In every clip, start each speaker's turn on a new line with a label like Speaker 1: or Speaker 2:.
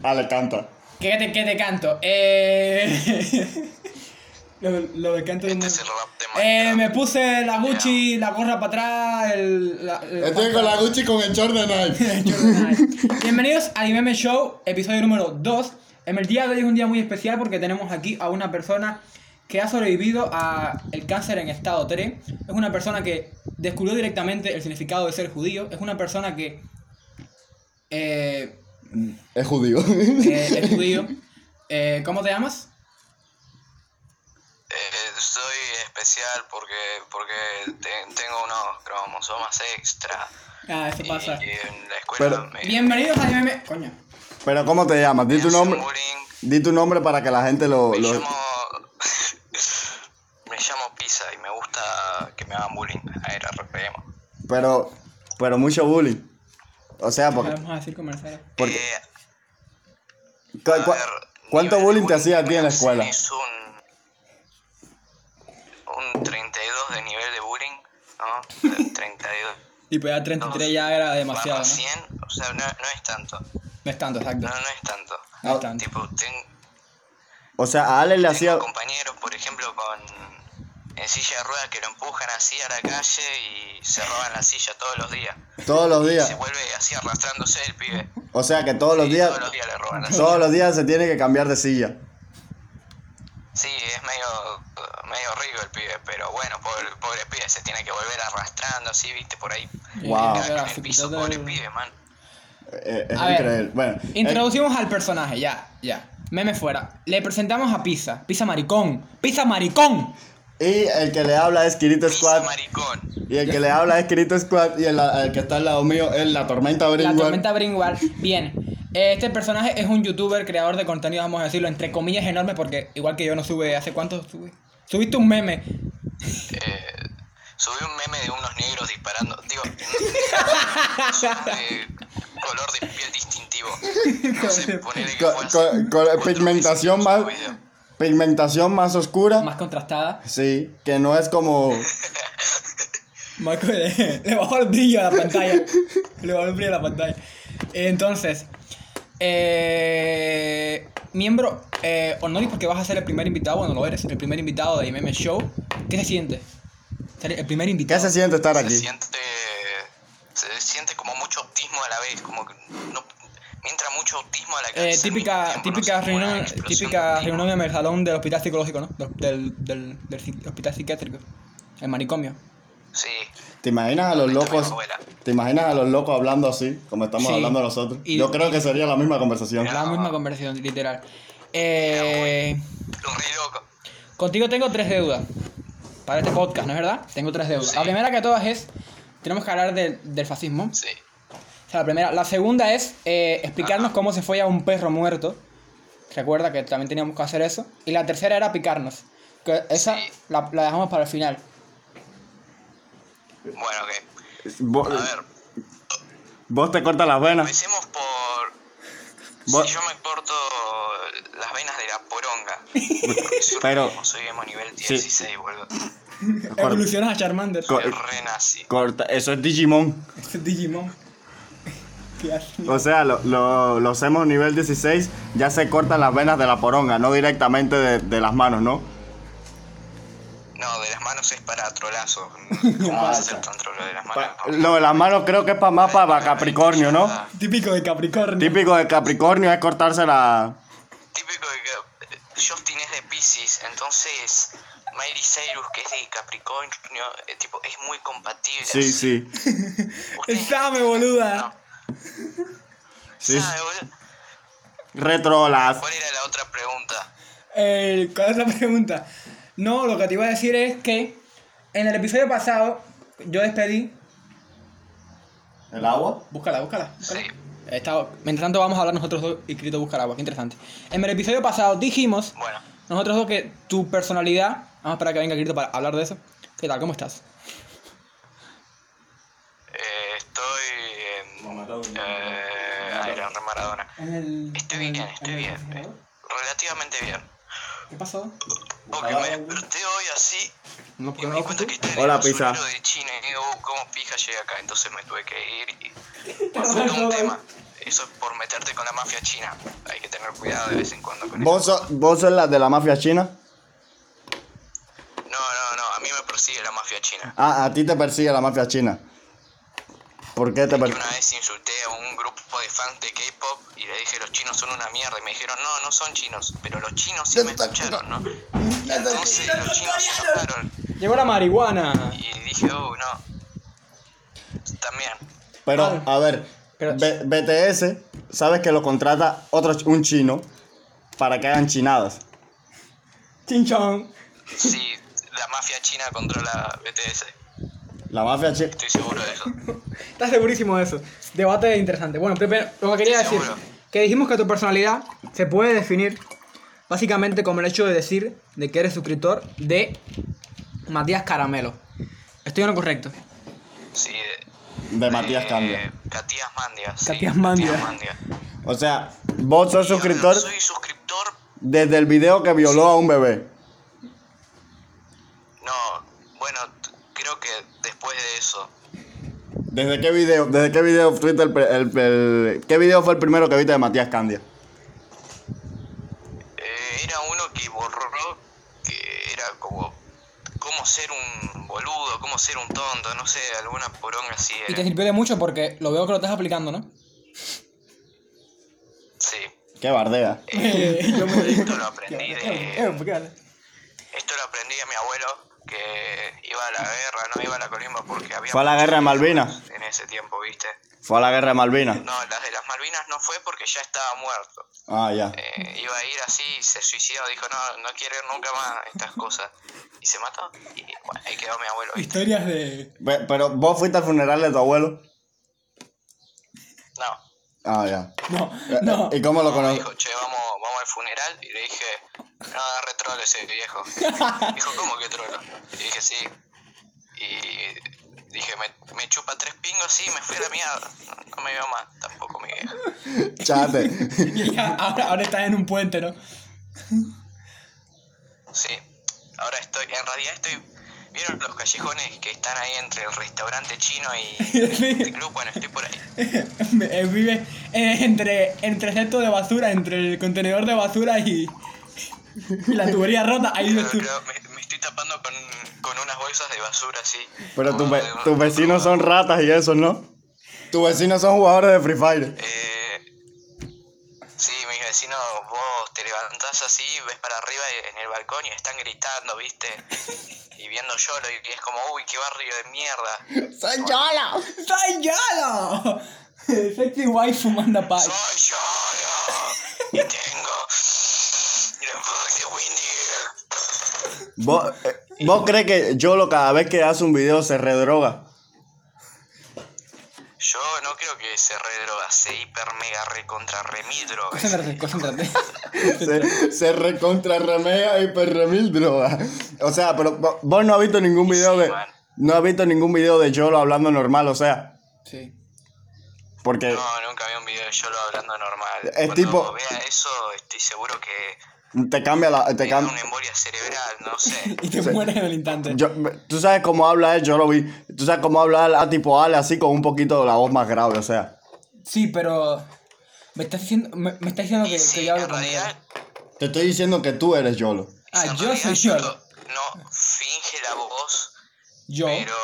Speaker 1: Vale, canta.
Speaker 2: ¿Qué te, qué te canto? Eh... lo, lo del canto de un-
Speaker 3: Este es el rap de
Speaker 2: Eh,
Speaker 3: Minecraft.
Speaker 2: me puse la Gucci, la gorra para atrás, el... la- el-
Speaker 1: Estoy con la Gucci con el short de Nike.
Speaker 2: Bienvenidos a Anime Show, episodio número 2. En el día de hoy es un día muy especial porque tenemos aquí a una persona que ha sobrevivido a el cáncer en estado 3. Es una persona que descubrió directamente el significado de ser judío. Es una persona que eh,
Speaker 1: Es judío.
Speaker 2: eh, es judío. Eh, ¿Cómo te llamas?
Speaker 3: Eh, soy especial porque porque te- tengo unos cromosomas extra.
Speaker 2: Ah, eso
Speaker 3: Y,
Speaker 2: pasa.
Speaker 3: y en la escuela
Speaker 1: Pero-
Speaker 3: me,
Speaker 2: Bienvenidos a Anime... Coño.
Speaker 1: Pero ¿cómo te llamas? Di
Speaker 3: me
Speaker 1: tu
Speaker 3: hacen
Speaker 1: nombre.
Speaker 3: bullying.
Speaker 1: Di tu nombre para que la gente lo.
Speaker 3: Me
Speaker 1: lo-
Speaker 3: llamo me llamo Pisa y me gusta que me hagan bullying. A ver, arreglemos.
Speaker 1: Pero. Pero mucho bullying. O sea, porque.
Speaker 2: Vamos a decir comerciales.
Speaker 1: Porque-
Speaker 3: Eh,
Speaker 1: ¿cu-
Speaker 3: A
Speaker 1: cu-
Speaker 3: ver,
Speaker 1: ¿Cuánto
Speaker 3: nivel de
Speaker 1: bullying te hacía a ti en la escuela?
Speaker 3: me hizo un, un 32 de nivel de bullying, ¿no? 32.
Speaker 2: Y pues ya 33 ya era demasiado,
Speaker 3: barra
Speaker 2: ¿no?
Speaker 3: 100, o sea, no, no es tanto.
Speaker 2: No es tanto, exacto.
Speaker 3: No, no es tanto.
Speaker 2: No es tanto.
Speaker 3: Tipo, ten-
Speaker 1: O sea, a Ale le hacía.
Speaker 3: tengo compañeros, por ejemplo, con en silla de ruedas que lo empujan así a la calle y se roban la silla todos los días.
Speaker 1: Todos los
Speaker 3: Y se
Speaker 1: días.
Speaker 3: vuelve así arrastrándose el pibe.
Speaker 1: O sea, que todos los
Speaker 3: Y
Speaker 1: días.
Speaker 3: Todos los días le roban la silla.
Speaker 1: Todos los días se tiene que cambiar de silla.
Speaker 3: Sí, es medio, medio rico el pibe, pero bueno, pobre, pobre pibe, se tiene que volver arrastrando así, viste, por ahí.
Speaker 1: Wow.
Speaker 3: Caga En el
Speaker 2: Eh, Gráfico,
Speaker 3: piso,
Speaker 2: todo.
Speaker 3: pobre pibe, man.
Speaker 1: Eh, es
Speaker 2: A ver,
Speaker 1: increíble. bueno. eh,
Speaker 2: Introducimos al personaje, ya, ya. Meme fuera. Le presentamos a Pisa. Pisa maricón. Pisa maricón.
Speaker 1: y el que le habla es Kirito
Speaker 3: Pisa
Speaker 1: Squad.
Speaker 3: maricón.
Speaker 1: Y el que le habla es Kirito Squad. Y el, el que está al lado mío es la tormenta
Speaker 2: La
Speaker 1: Brinwell.
Speaker 2: tormenta Brinwall. Bien. Eh, Este personaje es un youtuber, creador de contenido, vamos a decirlo, entre comillas enormes, porque igual que yo no sube, ¿hace cuánto sube? Subiste un meme.
Speaker 3: Eh, subí un meme de unos negros disparando, digo, son de color de piel distintivo. No sé, ponele que
Speaker 1: Co-
Speaker 3: fue hace
Speaker 1: co- co-
Speaker 3: cuatro
Speaker 1: pigmentación
Speaker 3: meses
Speaker 1: más
Speaker 3: que subí video.
Speaker 1: pigmentación más oscura
Speaker 2: Más contrastada.
Speaker 1: sí que no es como
Speaker 2: Marco le, le bajó el brillo a la pantalla. Le bajó el brillo a la pantalla. Entonces, eh, miembro eh, honoris porque vas a ser el primer invitado, bueno, lo eres, el primer invitado de IMM Show. ¿Qué se siente? Ser el primer
Speaker 1: qué
Speaker 2: invitado.
Speaker 1: se siente estar
Speaker 3: se
Speaker 1: aquí
Speaker 3: siente se siente como mucho autismo a la vez como que no, me entra mucho autismo a la
Speaker 2: Eh,
Speaker 3: cabeza al
Speaker 2: típica
Speaker 3: mismo tiempo, no sé,
Speaker 2: típica
Speaker 3: como una
Speaker 2: reunión
Speaker 3: explosión de
Speaker 2: típica
Speaker 3: autismo.
Speaker 2: reunión en el salón del hospital psicológico, ¿no? Del, del, del- del psiqui- hospital psiquiátrico. El manicomio.
Speaker 3: sí
Speaker 1: te imaginas a los
Speaker 3: Ahorita
Speaker 1: locos
Speaker 3: mi abuela.
Speaker 1: te imaginas a los locos hablando así como estamos
Speaker 2: Sí.
Speaker 1: hablando nosotros
Speaker 2: Y-
Speaker 1: yo creo que sería la misma conversación
Speaker 2: La misma conversación, literal. Eh,
Speaker 3: lo re loco
Speaker 2: Contigo tengo tres deudas para este podcast, ¿no es verdad? Tengo tres deudas. La primera que todas es, tenemos que hablar del- del fascismo. O
Speaker 3: sí
Speaker 2: sea, la primera. La segunda es eh, explicarnos cómo se fue a un perro muerto. Recuerda que también teníamos que hacer eso. Y la tercera era picarnos. Que esa
Speaker 3: Sí.
Speaker 2: la, la dejamos para el final.
Speaker 3: bueno ok
Speaker 1: Vo-
Speaker 3: a ver Pues
Speaker 1: vos te cortas las venas
Speaker 3: empecemos por
Speaker 1: Vos-
Speaker 3: si yo me corto las venas de la poronga porque soy
Speaker 1: Pero-
Speaker 3: mismo, soy emo nivel 16 boludo
Speaker 1: Cor-
Speaker 2: Evolucionas a Charmander.
Speaker 1: Co-
Speaker 3: Soy re nazi
Speaker 1: corta eso es Digimon
Speaker 2: Ese Digimon. Qué asco.
Speaker 1: o sea lo- lo- los hemos nivel 16 ya se cortan las venas de la poronga no directamente de, de las manos no
Speaker 3: no de las manos es para trolazo no vas a ser tan trolo de las manos
Speaker 1: Pa-
Speaker 3: no. Ah.
Speaker 1: lo de las manos creo que es para más para Capricornio no
Speaker 2: Típico de Capricornio.
Speaker 1: Típico de Capricornio es cortarse la.
Speaker 3: Típico de que eh, Justin es de Pisces, entonces Miley Cyrus, que es de Capricornio, eh, tipo, es muy compatible.
Speaker 1: Sí, sí.
Speaker 3: Ustedes
Speaker 2: Sabe,
Speaker 3: no-
Speaker 2: boluda.
Speaker 1: sí.
Speaker 3: Sabe, boludo.
Speaker 1: Retrolas.
Speaker 3: ¿Cuál era la otra pregunta?
Speaker 2: El- ¿Cuál es la pregunta? No, lo que te iba a decir es que en el episodio pasado yo despedí.
Speaker 1: ¿El agua?
Speaker 2: Búscala, búscala. búscala.
Speaker 3: Sí.
Speaker 2: He estado- mientras tanto vamos a hablar nosotros dos y Crito busca el agua, qué interesante. En el episodio pasado dijimos,
Speaker 3: Bueno,
Speaker 2: nosotros dos, que tu personalidad. Vamos a esperar a que venga Crito para hablar de eso. ¿Qué tal? ¿Cómo estás?
Speaker 3: eh, estoy. en- Eh, a ver, re Maradona. Estoy bien, estoy bien. eh, relativamente bien.
Speaker 2: ¿Qué pasó?
Speaker 3: Porque me desperté hoy así
Speaker 2: No,
Speaker 3: y me di cuenta que estaba en
Speaker 1: Hola,
Speaker 3: el basurero
Speaker 1: Pisa.
Speaker 3: de China y digo, "Uh, ¿cómo pija llegué acá? Entonces me tuve que ir y. Fue todo un tema. Eso es por meterte con la mafia china. Hay que tener cuidado de vez en cuando con eso.
Speaker 1: ¿Vos, sos- vos sos la de la mafia china?
Speaker 3: No, no, no. A mí me persigue la mafia china.
Speaker 1: Ah, a ti te persigue la mafia china. ¿Por qué te
Speaker 3: Y
Speaker 1: persigue?
Speaker 3: una vez insulté a un grupo de fans de K-pop y le dije los chinos son una mierda y me dijeron no, no son chinos, pero los chinos sí me escucharon, ¿no? Y entonces los chinos se enojaron
Speaker 2: Llegó la marihuana.
Speaker 3: y dije, oh, no. También.
Speaker 1: Pero, a ver,
Speaker 2: Ah, Pero-
Speaker 1: B- BTS, sabes que lo contrata otro, ch- un chino para que hagan chinadas.
Speaker 2: Chinchón.
Speaker 3: Sí, la mafia china controla BTS,
Speaker 1: La mafia china.
Speaker 3: estoy seguro de eso.
Speaker 2: Estás segurísimo de eso. Debate interesante. Bueno, primero, lo que quería decir,
Speaker 3: Seguro.
Speaker 2: que dijimos que tu personalidad se puede definir básicamente como el hecho de decir de que eres suscriptor de Matías Caramelo. Estoy en lo correcto.
Speaker 3: Sí, de,
Speaker 1: De Matías
Speaker 3: eh,
Speaker 1: Cambia.
Speaker 3: Matías Mandia. sí,
Speaker 2: Matías Mandia.
Speaker 1: O sea, vos sos
Speaker 3: Yo
Speaker 1: suscriptor
Speaker 3: no soy suscriptor.
Speaker 1: desde el video que violó a un bebé.
Speaker 3: No, bueno, t- creo que después de eso.
Speaker 1: ¿Desde qué video? ¿Desde qué video fuiste el, pre- el- el- ¿Qué video fue el primero que viste de Matías Candia?
Speaker 3: Eh, era uno que borró que era como cómo ser un boludo, cómo ser un tonto, no sé, alguna poronga así
Speaker 2: Y
Speaker 3: era.
Speaker 2: te sirvió de mucho porque lo veo que lo estás aplicando, ¿no?
Speaker 3: Sí.
Speaker 1: Qué bardea.
Speaker 2: Yo me-
Speaker 3: Esto lo aprendí de
Speaker 2: Eh,
Speaker 3: esto lo aprendí de mi abuelo que iba a la guerra, no iba a la colimba porque había
Speaker 1: Fue a la guerra de Malvinas.
Speaker 3: en ese tiempo, ¿viste?
Speaker 1: Fue a la guerra de Malvinas.
Speaker 3: No, las de las Malvinas no fue porque ya estaba muerto.
Speaker 1: Ah, ya.
Speaker 3: Eh, iba a ir así, se suicidó, dijo, no, no quiero ir nunca más a estas cosas. Y se mató y bueno, ahí quedó mi abuelo. ¿viste?
Speaker 2: Historias de...
Speaker 1: Pe- Pero vos fuiste al funeral de tu abuelo.
Speaker 3: No.
Speaker 1: Ah, ya.
Speaker 2: No,
Speaker 1: Eh,
Speaker 2: no.
Speaker 1: eh, ¿Y cómo lo
Speaker 3: Me
Speaker 1: conoces?
Speaker 3: dijo, che, vamos, vamos al funeral. Y le dije, no, agarre trolo ese viejo. dijo, ¿cómo que trolo? Y dije, sí. Y dije, me, me chupa tres pingos, sí, me fui a la mierda. No, no me vio más tampoco mi vieja.
Speaker 1: Chate.
Speaker 2: Y ya, ahora, ahora estás en un puente, ¿no?
Speaker 3: Sí, ahora estoy, en realidad estoy. ¿Vieron los callejones que están ahí entre el restaurante chino y el club? Bueno, estoy por ahí.
Speaker 2: Eh, Vive eh, entre, entre el cesto de basura, entre el contenedor de basura y, y la tubería rota. Ahí vives tú.
Speaker 3: Pero, creo- me, me estoy tapando con, con unas bolsas de basura así.
Speaker 1: Pero tu
Speaker 3: Como
Speaker 1: ve-
Speaker 3: de un-
Speaker 1: tus vecinos son ratas y eso, ¿no? Tus vecinos son jugadores de Free Fire.
Speaker 3: Eh, sí, mis vecinos, vos te levantás así, ves para arriba y- en el balcón y están gritando, ¿viste? Y viendo YOLO y es como, uy, qué barrio de mierda.
Speaker 1: ¡Soy Yola!
Speaker 2: ¡Soy Yolo! Sexy waifu manda paz.
Speaker 3: ¡Soy YOLO! Y tengo la voz de Winnie.
Speaker 1: ¿Vos, eh, ¿Vos crees que Yolo cada vez que hace un video se redroga?
Speaker 3: Yo no creo que se redroga, se hiper mega recontra remidro.
Speaker 2: Concéntrate, concéntrate.
Speaker 1: Se, se recontra remea y perremil droga. O sea, pero vo- vos no has visto ningún video
Speaker 3: Sí,
Speaker 1: de.
Speaker 3: man.
Speaker 1: No has visto ningún video de Yolo hablando normal, o sea.
Speaker 2: Sí.
Speaker 1: Porque.
Speaker 3: No, nunca vi un video de YOLO hablando normal.
Speaker 1: Es
Speaker 3: Cuando
Speaker 1: tipo-
Speaker 3: vea eso, estoy seguro que
Speaker 1: Te cambia la. Te
Speaker 3: me da
Speaker 1: cam-
Speaker 3: una embolia cerebral, no sé.
Speaker 2: Y te mueres en el instante.
Speaker 1: Yo- tú sabes cómo habla él, yo lo vi. Tú sabes cómo habla él, ah, tipo Ale, así con un poquito de la voz más grave, o sea.
Speaker 2: Sí, pero. Me estás diciendo, me, me estás diciendo que,
Speaker 3: Y
Speaker 2: que
Speaker 3: sí,
Speaker 2: yo hablo
Speaker 3: en
Speaker 2: con él.
Speaker 3: realidad,
Speaker 1: Te estoy diciendo que tú eres Yolo.
Speaker 2: Ah,
Speaker 3: en
Speaker 2: yo
Speaker 3: realidad
Speaker 2: soy Yolo.
Speaker 3: No finge la voz,
Speaker 2: Yo.
Speaker 3: pero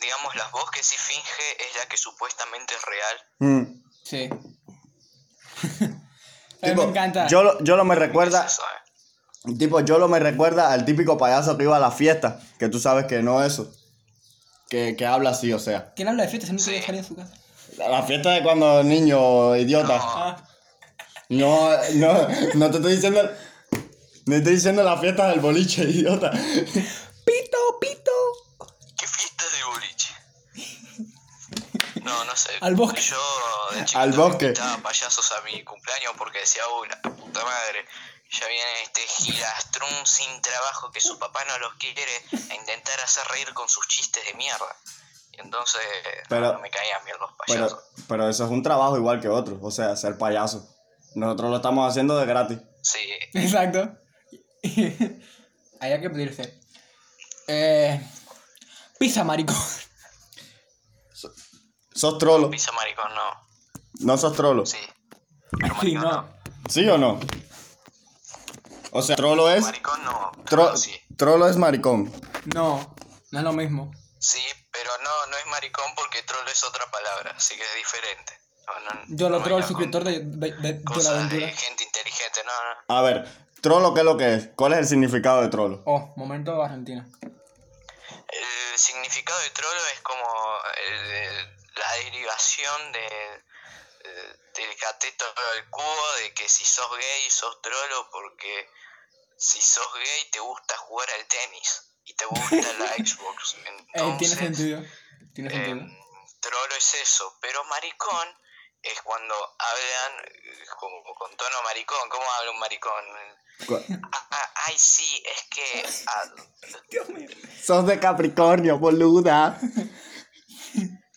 Speaker 3: digamos, la voz que sí finge es la que supuestamente es real.
Speaker 1: Mm.
Speaker 2: Sí. A mí
Speaker 1: Tipo,
Speaker 2: me encanta.
Speaker 1: Yo lo, yo lo me recuerda,
Speaker 3: Es eso, eh.
Speaker 1: tipo, yo lo me recuerda al típico payaso que iba a la fiesta, que tú sabes que no eso. Que, que habla así, o sea.
Speaker 2: ¿Quién habla de fiestas? No te voy a
Speaker 3: Sí.
Speaker 2: dejar en su casa.
Speaker 1: A La fiesta de cuando niño, idiota.
Speaker 2: Ah.
Speaker 1: No, no, no te estoy diciendo. No estoy diciendo la fiesta del boliche, idiota.
Speaker 2: Pito, pito.
Speaker 3: ¿Qué fiesta de boliche? No, no sé.
Speaker 2: Al bosque.
Speaker 3: Yo de chiquito
Speaker 1: Al bosque.
Speaker 3: invitaba payasos a mi cumpleaños porque decía, uy, la puta madre. Ya viene este gigastrón sin trabajo que su papá no los quiere a intentar hacer reír con sus chistes de mierda. Y entonces
Speaker 1: Pero-
Speaker 3: no me caían bien los
Speaker 1: Pero,
Speaker 3: payasos.
Speaker 1: pero eso es un trabajo igual que otro, o sea, ser payaso. Nosotros lo estamos haciendo de gratis.
Speaker 3: Sí,
Speaker 2: Exacto. Hay que pedirse. Eh, pizza, maricón.
Speaker 1: Sos trolo.
Speaker 3: Pizza maricón, no.
Speaker 1: No sos trolo.
Speaker 3: Sí.
Speaker 2: Sí,
Speaker 3: Maricón
Speaker 2: no.
Speaker 1: ¿Sí o no? O sea, trolo es.
Speaker 3: Maricón no.
Speaker 1: tro-
Speaker 3: sí.
Speaker 1: Trolo es maricón.
Speaker 2: No, no es lo mismo.
Speaker 3: Sí, pero no, no es maricón porque troll es otra palabra, así que es diferente. No, no-
Speaker 2: Yo lo
Speaker 3: no
Speaker 2: trolo al
Speaker 3: vengas
Speaker 2: suscriptor
Speaker 3: con
Speaker 2: de, de, de- de la
Speaker 3: Cosas
Speaker 2: aventura.
Speaker 3: de gente inteligente, no, no.
Speaker 1: A ver, trolo, ¿qué es lo que es? ¿Cuál es el significado de trolo?
Speaker 2: Oh, momento Argentina. Eh,
Speaker 3: El significado de trolo es como el- el- la derivación de, eh, del cateto al cubo, de que si sos gay sos trolo porque si sos gay te gusta jugar al tenis y te gusta la
Speaker 2: Eh,
Speaker 3: Xbox.
Speaker 2: tiene
Speaker 3: Entonces,
Speaker 2: sentido. Tiene sentido.
Speaker 3: eh, trolo es eso, pero maricón es cuando hablan eh, como con tono maricón. ¿Cómo habla un maricón?
Speaker 1: Cu-
Speaker 3: Ah, ah, ay, sí, es que... ah,
Speaker 2: Dios mío.
Speaker 1: Sos de Capricornio, boluda.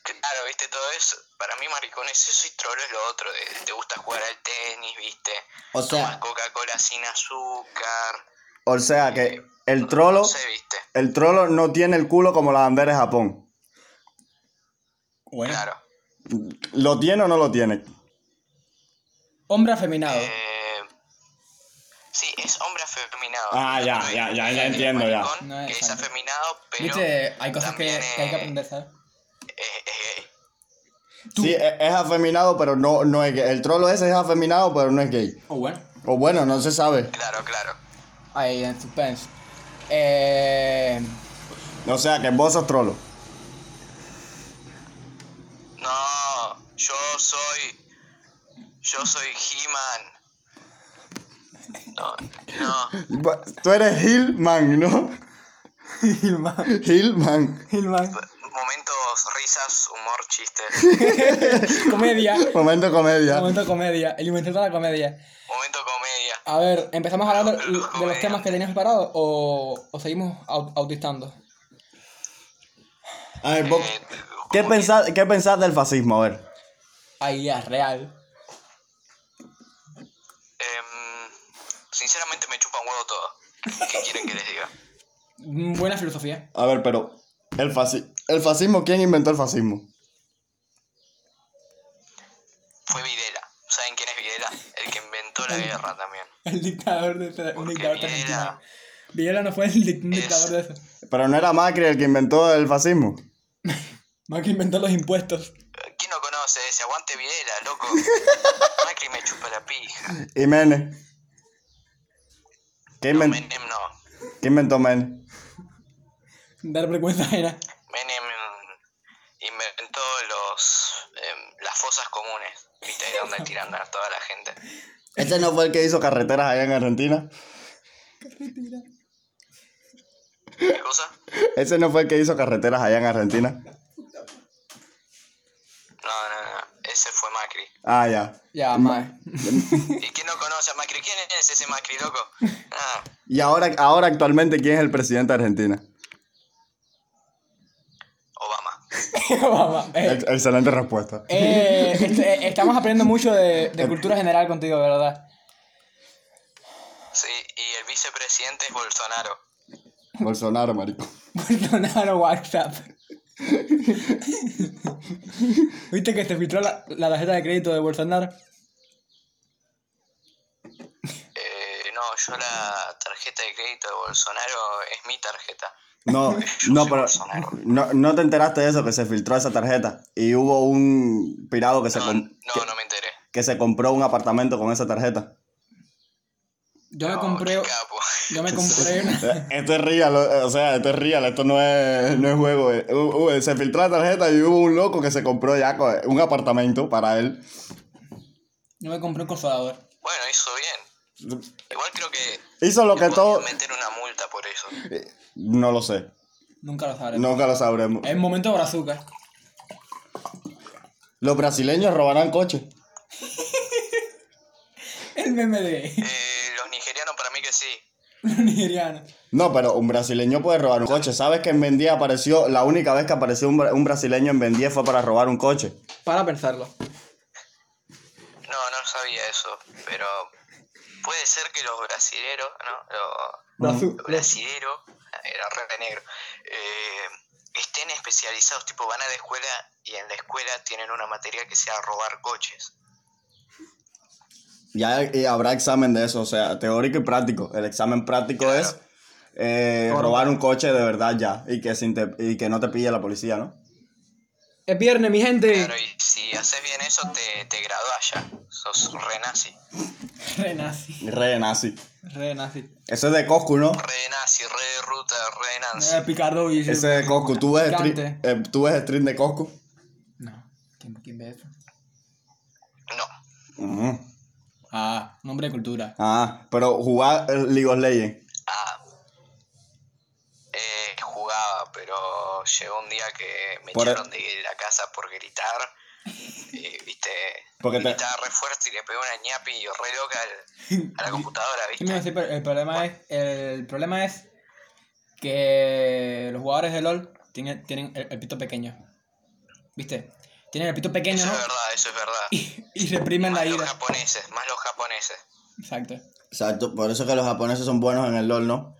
Speaker 3: Claro, viste todo eso. Para mí, maricón es eso y trolo es lo otro. de- te gusta jugar al tenis, viste.
Speaker 1: O
Speaker 3: Tomas
Speaker 1: sea,
Speaker 3: Coca-Cola sin azúcar.
Speaker 1: o sea que el
Speaker 3: eh, No
Speaker 1: trolo,
Speaker 3: sé, viste.
Speaker 1: el trolo no tiene el culo como la bandera de Japón.
Speaker 2: Bueno.
Speaker 3: Claro.
Speaker 1: ¿Lo tiene o no lo tiene?
Speaker 2: Hombre afeminado.
Speaker 3: Eh, sí, es hombre afeminado.
Speaker 1: Ah, ya,
Speaker 3: No es-
Speaker 1: ya, ya, ya
Speaker 3: es el
Speaker 1: entiendo, ya.
Speaker 3: maricón,
Speaker 2: No es
Speaker 3: que es
Speaker 2: tanto.
Speaker 3: afeminado, pero
Speaker 2: Viste, hay cosas que,
Speaker 3: también eh,
Speaker 2: que hay que
Speaker 3: es-
Speaker 2: aprender, ¿sabes?
Speaker 3: es- es gay.
Speaker 2: Tú-
Speaker 1: Sí, e- es afeminado, pero no, no es gay. El trolo ese es afeminado, pero no es gay.
Speaker 2: Oh, bueno.
Speaker 1: O bueno, no se sabe.
Speaker 3: Claro, claro.
Speaker 2: Ahí, en suspense. Eh,
Speaker 1: O sea que vos sos trolo.
Speaker 3: No, yo soy. Yo soy He-Man. No, no.
Speaker 1: Bu- Tú eres Hillman, ¿no?
Speaker 2: Gilman.
Speaker 1: Hillman.
Speaker 2: Gilman.
Speaker 3: Momentos, risas, humor, chistes.
Speaker 2: comedia.
Speaker 1: Momento comedia.
Speaker 2: Momento comedia. El invento de la comedia.
Speaker 3: Momento comedia.
Speaker 2: A ver, ¿empezamos a
Speaker 3: Ah,
Speaker 2: hablar de, de los temas que tenías preparados o, o seguimos au- autistando?
Speaker 1: A ver, vos-
Speaker 3: Eh,
Speaker 1: ¿qué pensás, ¿qué pensás del fascismo? A ver.
Speaker 2: Ahí es real.
Speaker 3: em, sinceramente me chupa un huevo todo. ¿Qué quieren que les diga?
Speaker 2: Mm, Buena filosofía.
Speaker 1: A ver, pero. El, fasci- el fascismo, ¿quién inventó el fascismo?
Speaker 3: Fue Videla. ¿Saben quién es Videla? El que inventó la guerra también.
Speaker 2: El dictador de un
Speaker 3: Porque
Speaker 2: dictador de
Speaker 3: Videla-
Speaker 2: Argentina. Videla no fue el dic- un dictador de eso.
Speaker 1: Pero no era Macri el que inventó el fascismo.
Speaker 2: Más que inventar los impuestos.
Speaker 3: ¿Quién no conoce ese? Aguante Videla, loco. Macri me chupa la pija.
Speaker 1: Jiménez. ¿Qué,
Speaker 3: No,
Speaker 1: inven-
Speaker 3: Menem no.
Speaker 1: ¿Qué inventó Menem?
Speaker 2: Dar vergüenza ajena.
Speaker 3: Menem mm, inventó los em, las fosas comunes. ¿Viste? Ahí donde tiran a toda la gente.
Speaker 1: ¿Ese no fue el que hizo carreteras allá en Argentina?
Speaker 3: ¿Qué cosa?
Speaker 1: ¿Ese no fue el que hizo carreteras allá en Argentina?
Speaker 3: No, no, no. Ese fue Macri.
Speaker 1: Ah, ya.
Speaker 2: Ya, más.
Speaker 3: ¿Y quién no conoce a Macri? ¿Quién es ese Macri, loco? Ah,
Speaker 1: Y ahora, ahora actualmente, ¿quién es el presidente de Argentina?
Speaker 3: Obama.
Speaker 2: Vamos, eh,
Speaker 1: Ex- excelente respuesta.
Speaker 2: eh, este- eh, estamos aprendiendo mucho de, de cultura general contigo, de ¿verdad?
Speaker 3: Sí, y el vicepresidente es Bolsonaro.
Speaker 1: Bolsonaro, marico.
Speaker 2: Bolsonaro WhatsApp. ¿Viste que se filtró la, la tarjeta de crédito de Bolsonaro?
Speaker 3: Eh, no, yo la tarjeta de crédito de Bolsonaro es mi tarjeta.
Speaker 1: No, no, pero no, no te enteraste de eso, que se filtró esa tarjeta. Y hubo un pirado que se,
Speaker 3: No,
Speaker 1: com- que,
Speaker 3: no, no me enteré.
Speaker 1: que se compró un apartamento con esa tarjeta.
Speaker 2: Yo me
Speaker 3: No,
Speaker 2: compré.
Speaker 3: qué capo.
Speaker 2: Yo me compré una.
Speaker 1: Eh, Esto es real, o o sea, esto es real, esto no es, no es juego. eh. Hu- hu- se filtró la tarjeta y hubo un loco que se compró ya co- un apartamento para él.
Speaker 2: Yo me compré un consolador.
Speaker 3: Bueno, hizo bien. Igual creo que
Speaker 1: Hizo lo
Speaker 3: le
Speaker 1: que todo...
Speaker 3: podrían meter una multa por eso.
Speaker 1: Eh, No lo sé,
Speaker 2: Nunca lo sabré.
Speaker 1: nunca lo sabremos.
Speaker 2: Es momento brazuca.
Speaker 1: Los brasileños robarán coches.
Speaker 2: El meme de
Speaker 3: Eh, los nigerianos para mí que sí.
Speaker 2: los nigerianos.
Speaker 1: No, pero un brasileño puede robar un coche. ¿Sabes que en Vendía apareció, la única vez que apareció un, bra- un brasileño en Vendía fue para robar un coche?
Speaker 2: Para pensarlo.
Speaker 3: No, no sabía eso, pero puede ser que los brasileros, ah, ¿no? Los
Speaker 2: Brazu-
Speaker 3: brasileros, era re negro, eh, estén especializados, tipo van a la escuela y en la escuela tienen una materia que sea robar coches.
Speaker 1: Ya y habrá examen de eso, o sea, teórico y práctico. El examen práctico
Speaker 3: Claro.
Speaker 1: es eh,
Speaker 2: Correcto.
Speaker 1: robar un coche de verdad ya y que, sin te- y que no te pille la policía, ¿no?
Speaker 4: Es viernes, mi gente.
Speaker 3: Claro, y si haces bien eso, te, te graduás ya. Sos renazi.
Speaker 2: Renazi.
Speaker 1: Re nazi.
Speaker 2: Renazi.
Speaker 1: Ese es de Coscu, ¿no?
Speaker 3: Renazi, re de ruta, renazi.
Speaker 2: Eh, Picardo y...
Speaker 1: Ese es de Coscu. ¿Tú ves, stream,
Speaker 2: Picante.
Speaker 1: eh, ¿tú ves stream de Coscu?
Speaker 2: No. ¿Quién, quién ve eso?
Speaker 3: No.
Speaker 1: Ujú.
Speaker 2: Ah, nombre de cultura.
Speaker 1: Mm-hmm. Ah, pero jugar eh, League of Legends.
Speaker 3: Ah. Eh, jugaba, pero llegó un día que me
Speaker 1: Por-
Speaker 3: echaron de la casa por gritar. Y, viste,
Speaker 1: Porque te-
Speaker 3: gritaba re fuerte y le pegué una ñapi re loca al- a la computadora,
Speaker 2: Sí, mira,
Speaker 3: viste.
Speaker 2: sí, pero el problema es... El problema es... Que los jugadores de LOL tienen, tienen el, el pito pequeño. ¿Viste? Tienen el pito pequeño,
Speaker 3: Eso
Speaker 2: ¿no?
Speaker 3: es verdad, eso es verdad.
Speaker 2: Y, y reprimen la
Speaker 3: Más los
Speaker 2: ira.
Speaker 3: japoneses, más los japoneses.
Speaker 2: Exacto.
Speaker 1: Exacto, por eso que los japoneses son buenos en el LoL, ¿no?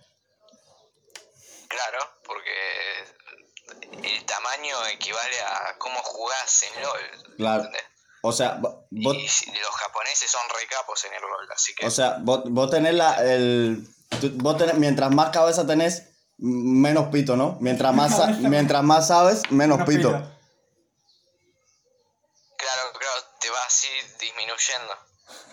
Speaker 3: Claro, porque el tamaño equivale a cómo jugás en LOL.
Speaker 1: Claro.
Speaker 3: ¿entendés?
Speaker 1: O sea, vo- vos,
Speaker 3: Y si- los japoneses son recapos en el LOL, así que...
Speaker 1: o sea, vos, vos tenés la, el... tú- vos tenés- mientras más cabeza tenés, m- menos pito, ¿no? Mientras más, sa- mientras más sabes, menos
Speaker 2: Una
Speaker 1: pito.
Speaker 2: pila.
Speaker 3: Claro, claro, te va así disminuyendo.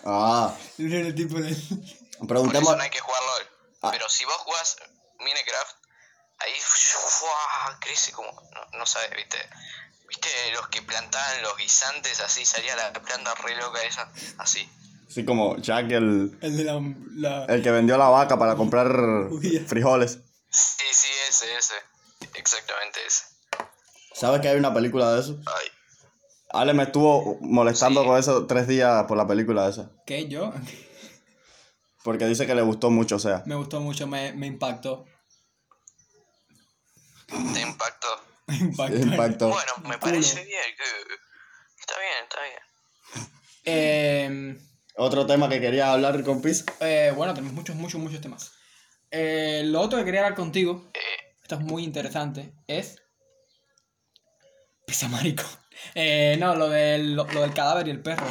Speaker 1: Ah,
Speaker 2: Ese era el tipo de...
Speaker 3: Por eso
Speaker 1: preguntemos...
Speaker 3: no hay que jugar LOL.
Speaker 1: Ah.
Speaker 3: Pero si vos jugás Minecraft, ahí ¡fua! crece como. No, no sabes, viste. ¿Viste los que plantaban los guisantes así? Salía la planta re loca esa, así.
Speaker 1: Sí, como Jack, el,
Speaker 2: El de la... la-
Speaker 1: el que vendió la vaca para comprar
Speaker 2: Judía.
Speaker 1: frijoles.
Speaker 3: Sí, sí, ese, ese. Exactamente ese.
Speaker 1: ¿Sabes que hay una película de eso?
Speaker 3: Ay.
Speaker 1: Ale me estuvo molestando
Speaker 3: Sí.
Speaker 1: con eso tres días por la película esa.
Speaker 2: ¿Qué? ¿Yo?
Speaker 1: Porque dice que le gustó mucho, o sea.
Speaker 2: Me gustó mucho, me, me impactó.
Speaker 3: Te impactó.
Speaker 2: Me impactó.
Speaker 1: Impactó.
Speaker 3: Bueno,
Speaker 2: Culo.
Speaker 3: me parece bien. que- Está bien, está bien.
Speaker 2: Eh,
Speaker 1: Otro tema que quería hablar con Piz.
Speaker 2: eh, bueno, tenemos muchos, muchos, muchos temas. Eh, lo otro que quería hablar contigo,
Speaker 3: Eh,
Speaker 2: esto es muy interesante, es... Pisa marico. Eh, no, lo del, lo, lo del cadáver y el perro.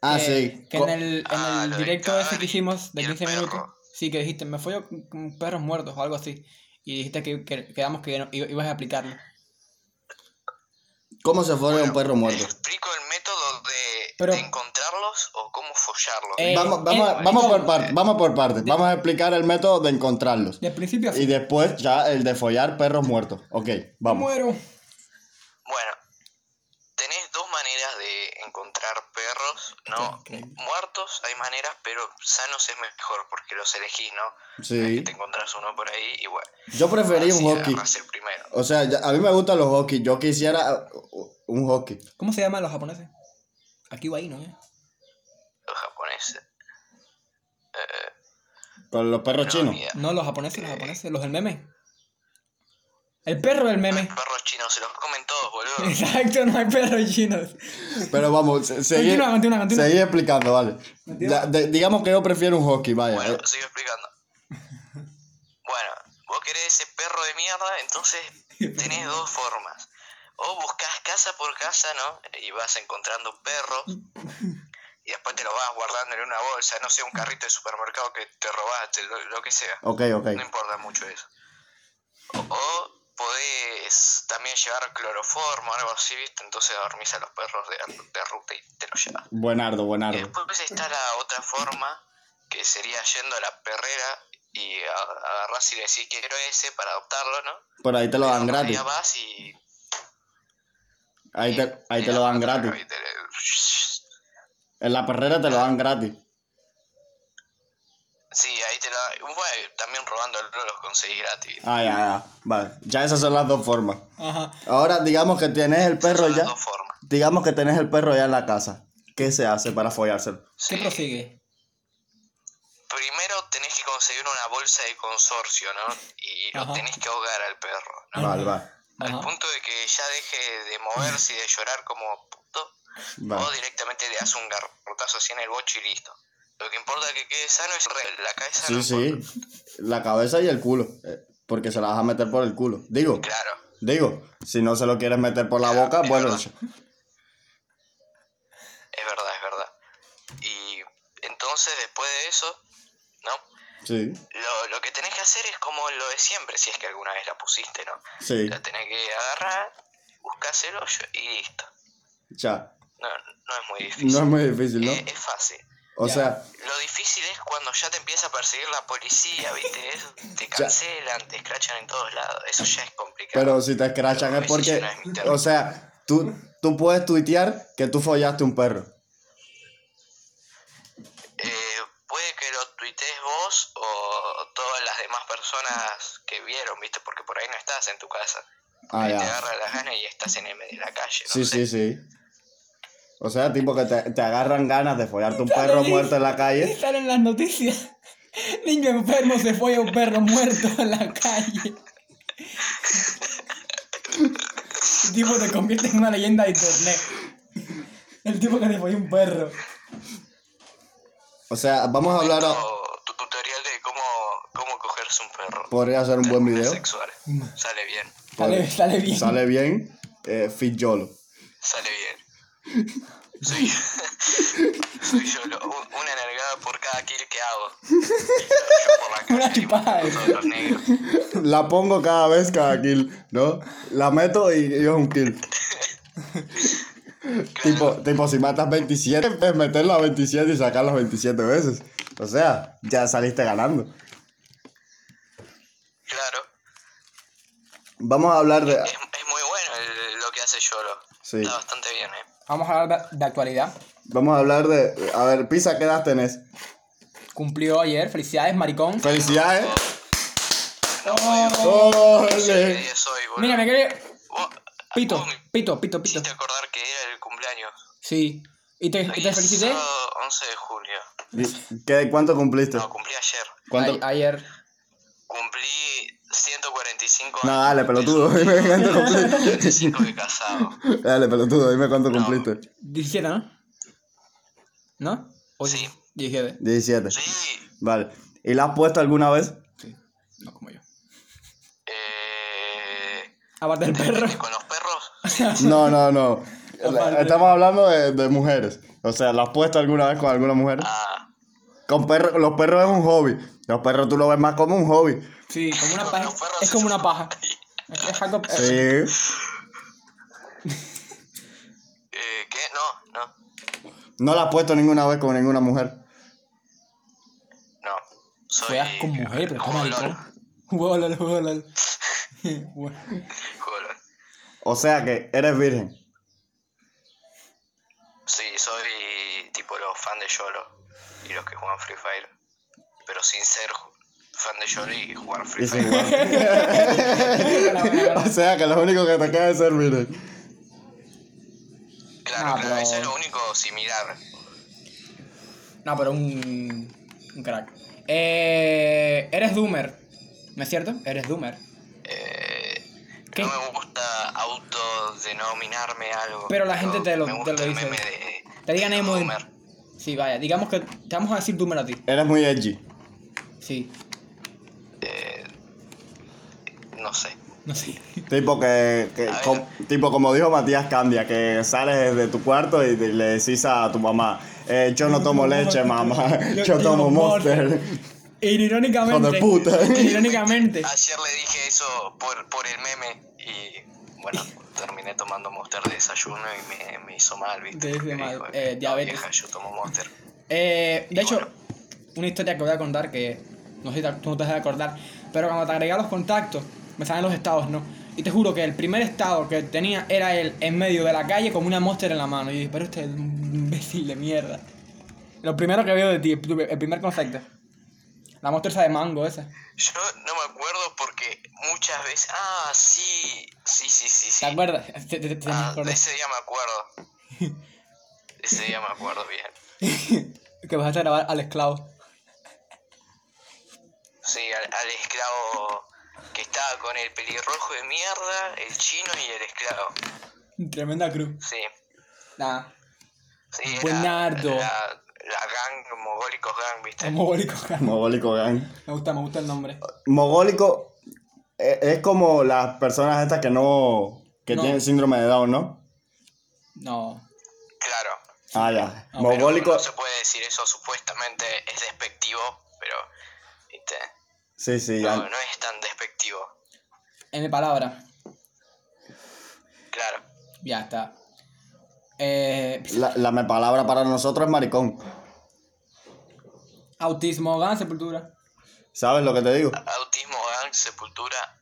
Speaker 1: Ah,
Speaker 2: Que-
Speaker 1: sí.
Speaker 2: Que
Speaker 1: Co-
Speaker 2: en el, en
Speaker 3: Ah,
Speaker 2: el
Speaker 3: lo del
Speaker 2: directo ese
Speaker 3: cadáver
Speaker 2: que hicimos de
Speaker 3: y el
Speaker 2: 15
Speaker 3: perro.
Speaker 2: minutos, sí, que dijiste, me follo con perros muertos o algo así. Y dijiste que, que quedamos que no- ibas a aplicarlo.
Speaker 1: ¿Cómo se fue
Speaker 3: bueno,
Speaker 1: un perro muerto?
Speaker 3: ¿Explico el método de,
Speaker 2: Pero-
Speaker 3: de encontrarlos o cómo follarlos?
Speaker 2: Eh,
Speaker 1: vamos, vamos,
Speaker 2: eh,
Speaker 1: vamos
Speaker 2: eh,
Speaker 1: por partes, vamos por partes.
Speaker 3: Eh,
Speaker 1: Vamos a explicar el método de encontrarlos.
Speaker 2: De principio a
Speaker 1: Y
Speaker 2: fin.
Speaker 1: después ya el de follar perros muertos. Ok, vamos.
Speaker 2: Muero.
Speaker 3: Bueno, tenés dos maneras de encontrar perros, ¿no? Muertos hay maneras, pero sanos es mejor porque los elegís, ¿no? No es
Speaker 1: Sí.
Speaker 3: Que te encontrás uno por ahí y bueno.
Speaker 1: Yo preferí un
Speaker 3: así
Speaker 1: hockey.
Speaker 3: agarrás el primero.
Speaker 1: O sea, ya- a mí me gustan los hockey. Yo quisiera uh, un hockey.
Speaker 2: ¿Cómo se llaman los japoneses? Aquí va ahí, ¿no? eh?
Speaker 3: Los japoneses. Eh,
Speaker 1: Con los perros
Speaker 3: no,
Speaker 1: chinos.
Speaker 3: ni idea.
Speaker 2: No, los japoneses, los japoneses, los del meme. El perro del meme.
Speaker 3: Los perros chinos se los comen todos, boludo.
Speaker 2: Exacto, no hay perros chinos.
Speaker 1: Pero vamos, se- seguí,
Speaker 2: Continúa, continúa, continúa.
Speaker 1: seguí explicando, vale.
Speaker 2: Continúa.
Speaker 1: Ya, de- digamos que yo prefiero un hockey, vaya. eh.
Speaker 3: Bueno, sigo explicando. Bueno, vos querés ese perro de mierda, entonces tenés dos formas. O buscas casa por casa, ¿no? Y vas encontrando perros. Y después te lo vas guardando en una bolsa, no sé, un carrito de supermercado que te robaste, lo, lo que sea.
Speaker 1: Ok, ok.
Speaker 3: No importa mucho eso. O, o podés también llevar cloroformo, algo así, ¿viste? Entonces dormís a los perros de, de ruta y te los llevas.
Speaker 1: Buenardo,
Speaker 3: Y
Speaker 1: buenardo.
Speaker 3: después está la otra forma, que sería yendo a la perrera y a- agarrás y le decís quiero ese para adoptarlo, ¿no?
Speaker 1: Por ahí te lo dan
Speaker 3: pues, Pero
Speaker 1: gratis.
Speaker 3: Ya vas y.
Speaker 1: Ahí te, ahí te
Speaker 3: y
Speaker 1: lo
Speaker 3: la-
Speaker 1: dan gratis.
Speaker 3: y te-
Speaker 1: En la perrera te lo dan gratis.
Speaker 3: Sí, ahí te lo dan. Bueno, también robándolo los conseguís gratis.
Speaker 1: Ah, ya, ya. Vale. Ya esas son las dos formas.
Speaker 2: Ajá.
Speaker 1: Ahora, digamos que tienes el perro
Speaker 3: Son las
Speaker 1: ya.
Speaker 3: dos formas.
Speaker 1: Digamos que tenés el perro ya en la casa. ¿Qué se hace para follárselo?
Speaker 2: ¿Qué
Speaker 3: Sí.
Speaker 2: prosigue?
Speaker 3: Primero tenés que conseguir una bolsa de consorcio, ¿no? Y lo
Speaker 2: Ajá.
Speaker 3: tenés que ahogar al perro, ¿no?
Speaker 1: Vale, vale.
Speaker 3: Al
Speaker 2: Ajá.
Speaker 3: punto de que ya deje de moverse y de llorar como puto. O
Speaker 1: vale.
Speaker 3: directamente le das un garrotazo así en el bocho y listo. Lo que importa que quede sano es re- la cabeza. no
Speaker 1: Sí,
Speaker 3: importa.
Speaker 1: sí. La cabeza y el culo. eh, Porque se la vas a meter por el culo. Digo,
Speaker 3: Claro.
Speaker 1: Digo, si no se lo quieres meter por la
Speaker 3: Ya,
Speaker 1: boca,
Speaker 3: es
Speaker 1: bueno.
Speaker 3: verdad. Es verdad, es verdad. Y entonces, después de eso, ¿no?
Speaker 1: Sí,
Speaker 3: Lo, lo que tenés que hacer es como lo de siempre, si es que alguna vez la pusiste, ¿no?
Speaker 1: sí,
Speaker 3: La tenés que agarrar, buscás el hoyo y listo.
Speaker 1: ya.
Speaker 3: No, no es muy difícil.
Speaker 1: No es muy difícil, ¿no?
Speaker 3: Eh, es fácil.
Speaker 1: O
Speaker 2: Ya.
Speaker 1: sea,
Speaker 3: Lo difícil es cuando ya te empieza a perseguir la policía, ¿viste? Eso te cancelan, te escrachan en todos lados. Eso ya es complicado.
Speaker 1: pero si te escrachan
Speaker 3: Pero
Speaker 1: es porque.
Speaker 3: eso no es mi
Speaker 1: O sea, tú, tú puedes tuitear que tú follaste un perro.
Speaker 3: Eh, puede que lo tuitees vos o todas las demás personas que vieron, ¿viste? Porque por ahí no estás en tu casa.
Speaker 1: Ah,
Speaker 3: Ahí te
Speaker 1: ya.
Speaker 3: agarra las ganas y estás en el medio de la calle. No
Speaker 1: Sí, sí,
Speaker 3: sé.
Speaker 1: sí. O sea, tipo que te, te agarran ganas de follarte un perro
Speaker 2: Dale.
Speaker 1: muerto en la
Speaker 2: Y
Speaker 1: calle.
Speaker 2: salen las noticias. Niño enfermo se fue a un perro muerto en la calle. El tipo te convierte en una leyenda de internet. El tipo que te fue un perro.
Speaker 1: O sea, vamos a hablar. a-
Speaker 3: O tu tutorial de cómo, cómo cogerse un perro.
Speaker 1: Podría ser un buen
Speaker 3: Términos
Speaker 1: video.
Speaker 3: sexuales. Sale bien,
Speaker 2: Sale, sale bien.
Speaker 1: Sale bien. Eh, Fit Yolo.
Speaker 3: sale bien. Soy, soy yo, lo- un- una nalgada por cada kill que hago. Yo por la calle,
Speaker 2: Una chupada.
Speaker 3: con todos los negros.
Speaker 1: La pongo cada vez cada kill, ¿no? La meto y, y es un kill. tipo, tipo, si matas 27, puedes meterla a 27 y sacarla 27 veces. O sea, ya saliste ganando.
Speaker 3: Claro.
Speaker 1: Vamos a hablar de...
Speaker 3: Es, es muy bueno el- lo que hace Yolo.
Speaker 1: Sí.
Speaker 3: Está bastante bien, eh.
Speaker 2: Vamos a hablar de, de actualidad.
Speaker 1: Vamos a hablar de... A ver, Pisa, ¿qué edad tenés?
Speaker 2: Cumplió ayer. Felicidades, maricón.
Speaker 1: Felicidades.
Speaker 2: Oh.
Speaker 3: ¿Qué
Speaker 1: ¡Ole!
Speaker 3: día es hoy, boludo?
Speaker 2: Mira, me quedé.
Speaker 3: Vos-
Speaker 2: Pito,
Speaker 3: vos me
Speaker 2: pito, pito, pito.
Speaker 3: hiciste acordar que era el cumpleaños.
Speaker 2: Sí. ¿Y te, y
Speaker 3: Hoy
Speaker 2: te
Speaker 3: es
Speaker 2: felicité?
Speaker 3: sábado 11 de julio.
Speaker 1: ¿Y ¿Qué, ¿Cuánto cumpliste?
Speaker 3: No, cumplí ayer.
Speaker 1: ¿Cuánto?
Speaker 2: A- ayer.
Speaker 3: Cumplí 145
Speaker 1: No,
Speaker 3: años.
Speaker 1: dale, pelotudo. Dime cuánto cumpliste.
Speaker 3: 145 de casado.
Speaker 1: Dale, pelotudo. Dime cuánto cumpliste.
Speaker 2: 17, ¿no? ¿No? O
Speaker 3: Sí.
Speaker 2: 17.
Speaker 1: 17.
Speaker 3: Sí.
Speaker 1: Vale. ¿Y la has puesto alguna vez?
Speaker 2: No como yo.
Speaker 3: Eh,
Speaker 2: Aparte del perro.
Speaker 3: con los perros.
Speaker 1: No, no, no.
Speaker 2: Aparte.
Speaker 1: Estamos hablando de, de mujeres. O sea, ¿la has puesto alguna vez con alguna mujer?
Speaker 3: Ah,
Speaker 1: Con perros, los perros es un hobby. Los perros tú lo ves más como un hobby.
Speaker 2: Sí, como una paja.
Speaker 3: Los perros
Speaker 2: Es
Speaker 3: se
Speaker 2: como una
Speaker 3: son-
Speaker 2: paja. Es, es algo. eh,
Speaker 1: Sí.
Speaker 3: eh, ¿Qué? No, no,
Speaker 1: No la has puesto ninguna vez con ninguna mujer.
Speaker 3: no. Soy.
Speaker 2: Juegas con mujeres, pero ¿cómo
Speaker 3: juego LOL,
Speaker 2: maricón? Juego LOL, juego LOL. Bueno,
Speaker 3: juego LOL.
Speaker 1: O sea que eres virgen.
Speaker 3: Sí, soy tipo los fan de YOLO y los que juegan Free Fire. Pero sin ser ju- fan de YOLO y jugar Free
Speaker 1: Y sin
Speaker 3: Fire.
Speaker 1: jugar. o sea que lo único que te queda es ser virgen.
Speaker 3: Claro,
Speaker 2: Ah,
Speaker 3: claro,
Speaker 2: pero-
Speaker 3: eso es lo único similar.
Speaker 2: No, pero un. Un crack. Eh, eres Doomer. ¿No es cierto? Eres Doomer.
Speaker 3: Eh,
Speaker 2: ¿Qué?
Speaker 3: No me gusta autodenominarme algo.
Speaker 2: Pero la gente te lo-
Speaker 3: me
Speaker 2: te
Speaker 3: gusta
Speaker 2: lo
Speaker 3: el
Speaker 2: dice.
Speaker 3: meme de-
Speaker 2: Te digan
Speaker 3: de
Speaker 2: emo.
Speaker 3: Homer.
Speaker 2: Sí, vaya. Digamos que te vamos a decir Doomer a ti.
Speaker 1: Eres muy edgy.
Speaker 2: Sí.
Speaker 3: Eh, no sé.
Speaker 2: No sé.
Speaker 1: Tipo que, que-
Speaker 3: A ver.
Speaker 1: com- tipo como dijo Matías Candia, que sales de tu cuarto y de- le decís a tu mamá, eh, yo no tomo leche, mamá,
Speaker 2: Yo
Speaker 1: yo tomo
Speaker 2: tomo
Speaker 1: Monster.
Speaker 2: E Irónicamente.
Speaker 1: Hijo de puta.
Speaker 2: Irónicamente.
Speaker 3: Ayer le dije eso por, por el meme y bueno, terminé tomando Monster de desayuno y me, me hizo mal, ¿viste?
Speaker 2: Te hizo
Speaker 3: Porque
Speaker 2: mal,
Speaker 3: dijo,
Speaker 2: eh,
Speaker 3: "No,
Speaker 2: diabetes".
Speaker 3: vieja, yo tomo Monster.
Speaker 2: Eh, de
Speaker 3: Y
Speaker 2: hecho,
Speaker 3: bueno.
Speaker 2: una historia que voy a contar que no sé si te- tú no te vas a acordar, pero cuando te agregaba los contactos, me salen los estados, ¿no? Y te juro que el primer estado que tenía era el en medio de la calle con una monster en la mano. Y yo dije, pero este es un imbécil de mierda. Lo primero que veo de ti, el pr- el primer concepto. La monster esa de mango esa.
Speaker 3: Yo no me acuerdo porque muchas veces. Ah, sí, sí, sí, sí. sí.
Speaker 2: ¿Te acuerdas? Te- te- te- te-
Speaker 3: Ah,
Speaker 2: me acuerdo.
Speaker 3: de ese día me acuerdo. Ese día me acuerdo bien.
Speaker 2: que vas a grabar al esclavo.
Speaker 3: Sí, al, al esclavo que estaba con el pelirrojo de mierda, el chino y el esclavo.
Speaker 2: Tremenda cruz.
Speaker 3: Sí,
Speaker 2: Nada.
Speaker 3: sí. era
Speaker 2: Buenardo.
Speaker 3: La, la gang, mogólicos gang, ¿viste?
Speaker 2: Es mogólico.
Speaker 1: Mogólico gang.
Speaker 2: Me gusta, me gusta el nombre.
Speaker 1: Mogólico e- es como las personas estas que no. que
Speaker 2: No.
Speaker 1: tienen síndrome de Down, ¿no?
Speaker 2: No.
Speaker 3: Claro.
Speaker 1: Ah, ya.
Speaker 2: Ah,
Speaker 3: Pero
Speaker 1: Mogólico.
Speaker 3: No se puede decir eso, supuestamente es despectivo, pero. ¿viste?
Speaker 1: Sí, sí, ya.
Speaker 3: No, no es tan despectivo.
Speaker 2: M palabra.
Speaker 3: Claro.
Speaker 2: Ya está. Eh,
Speaker 1: La, la me- palabra para nosotros es maricón.
Speaker 2: autismo, gana sepultura.
Speaker 1: ¿Sabes lo que te digo?
Speaker 3: Autismo, gang, sepultura,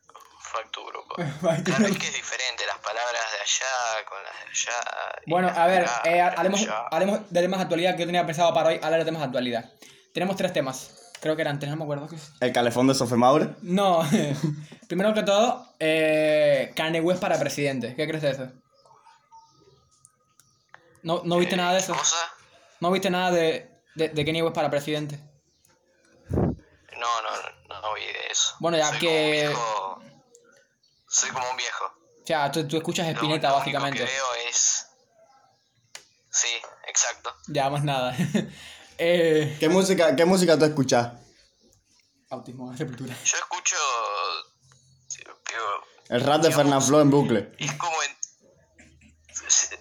Speaker 3: facturo. Claro, es que es diferente las palabras de allá con las de allá. y
Speaker 2: Bueno,
Speaker 3: las
Speaker 2: a
Speaker 3: de
Speaker 2: ver,
Speaker 3: acá,
Speaker 2: eh,
Speaker 3: las de
Speaker 2: hablemos,
Speaker 3: allá.
Speaker 2: hablemos de temas de actualidad que yo tenía pensado para hoy. Hablar de temas de actualidad. Tenemos tres temas. Creo que eran tres, no me acuerdo. qué es.
Speaker 1: El calefón de Sofemaure.
Speaker 2: No, primero que todo, eh, Kanye West para presidente. ¿Qué crees de eso? ¿No, no viste
Speaker 3: Eh,
Speaker 2: nada de eso?
Speaker 3: ¿Cosa?
Speaker 2: ¿No viste nada de, de, de Kanye West para presidente?
Speaker 3: No, no, no, no vi de eso.
Speaker 2: Bueno, ya
Speaker 3: Soy
Speaker 2: que-
Speaker 3: como un viejo- Soy como un viejo.
Speaker 2: O sea, tú, tú escuchas
Speaker 3: Lo-
Speaker 2: Spinetta,
Speaker 3: lo único
Speaker 2: básicamente.
Speaker 3: que veo es. Sí, exacto.
Speaker 2: Ya, más nada. eh,
Speaker 1: ¿Qué música, qué música tú escuchas?
Speaker 2: autismo, sepultura.
Speaker 3: Yo escucho. digo,
Speaker 1: El rap de
Speaker 3: Yo-
Speaker 1: Fernanfloo en bucle.
Speaker 3: Es como en-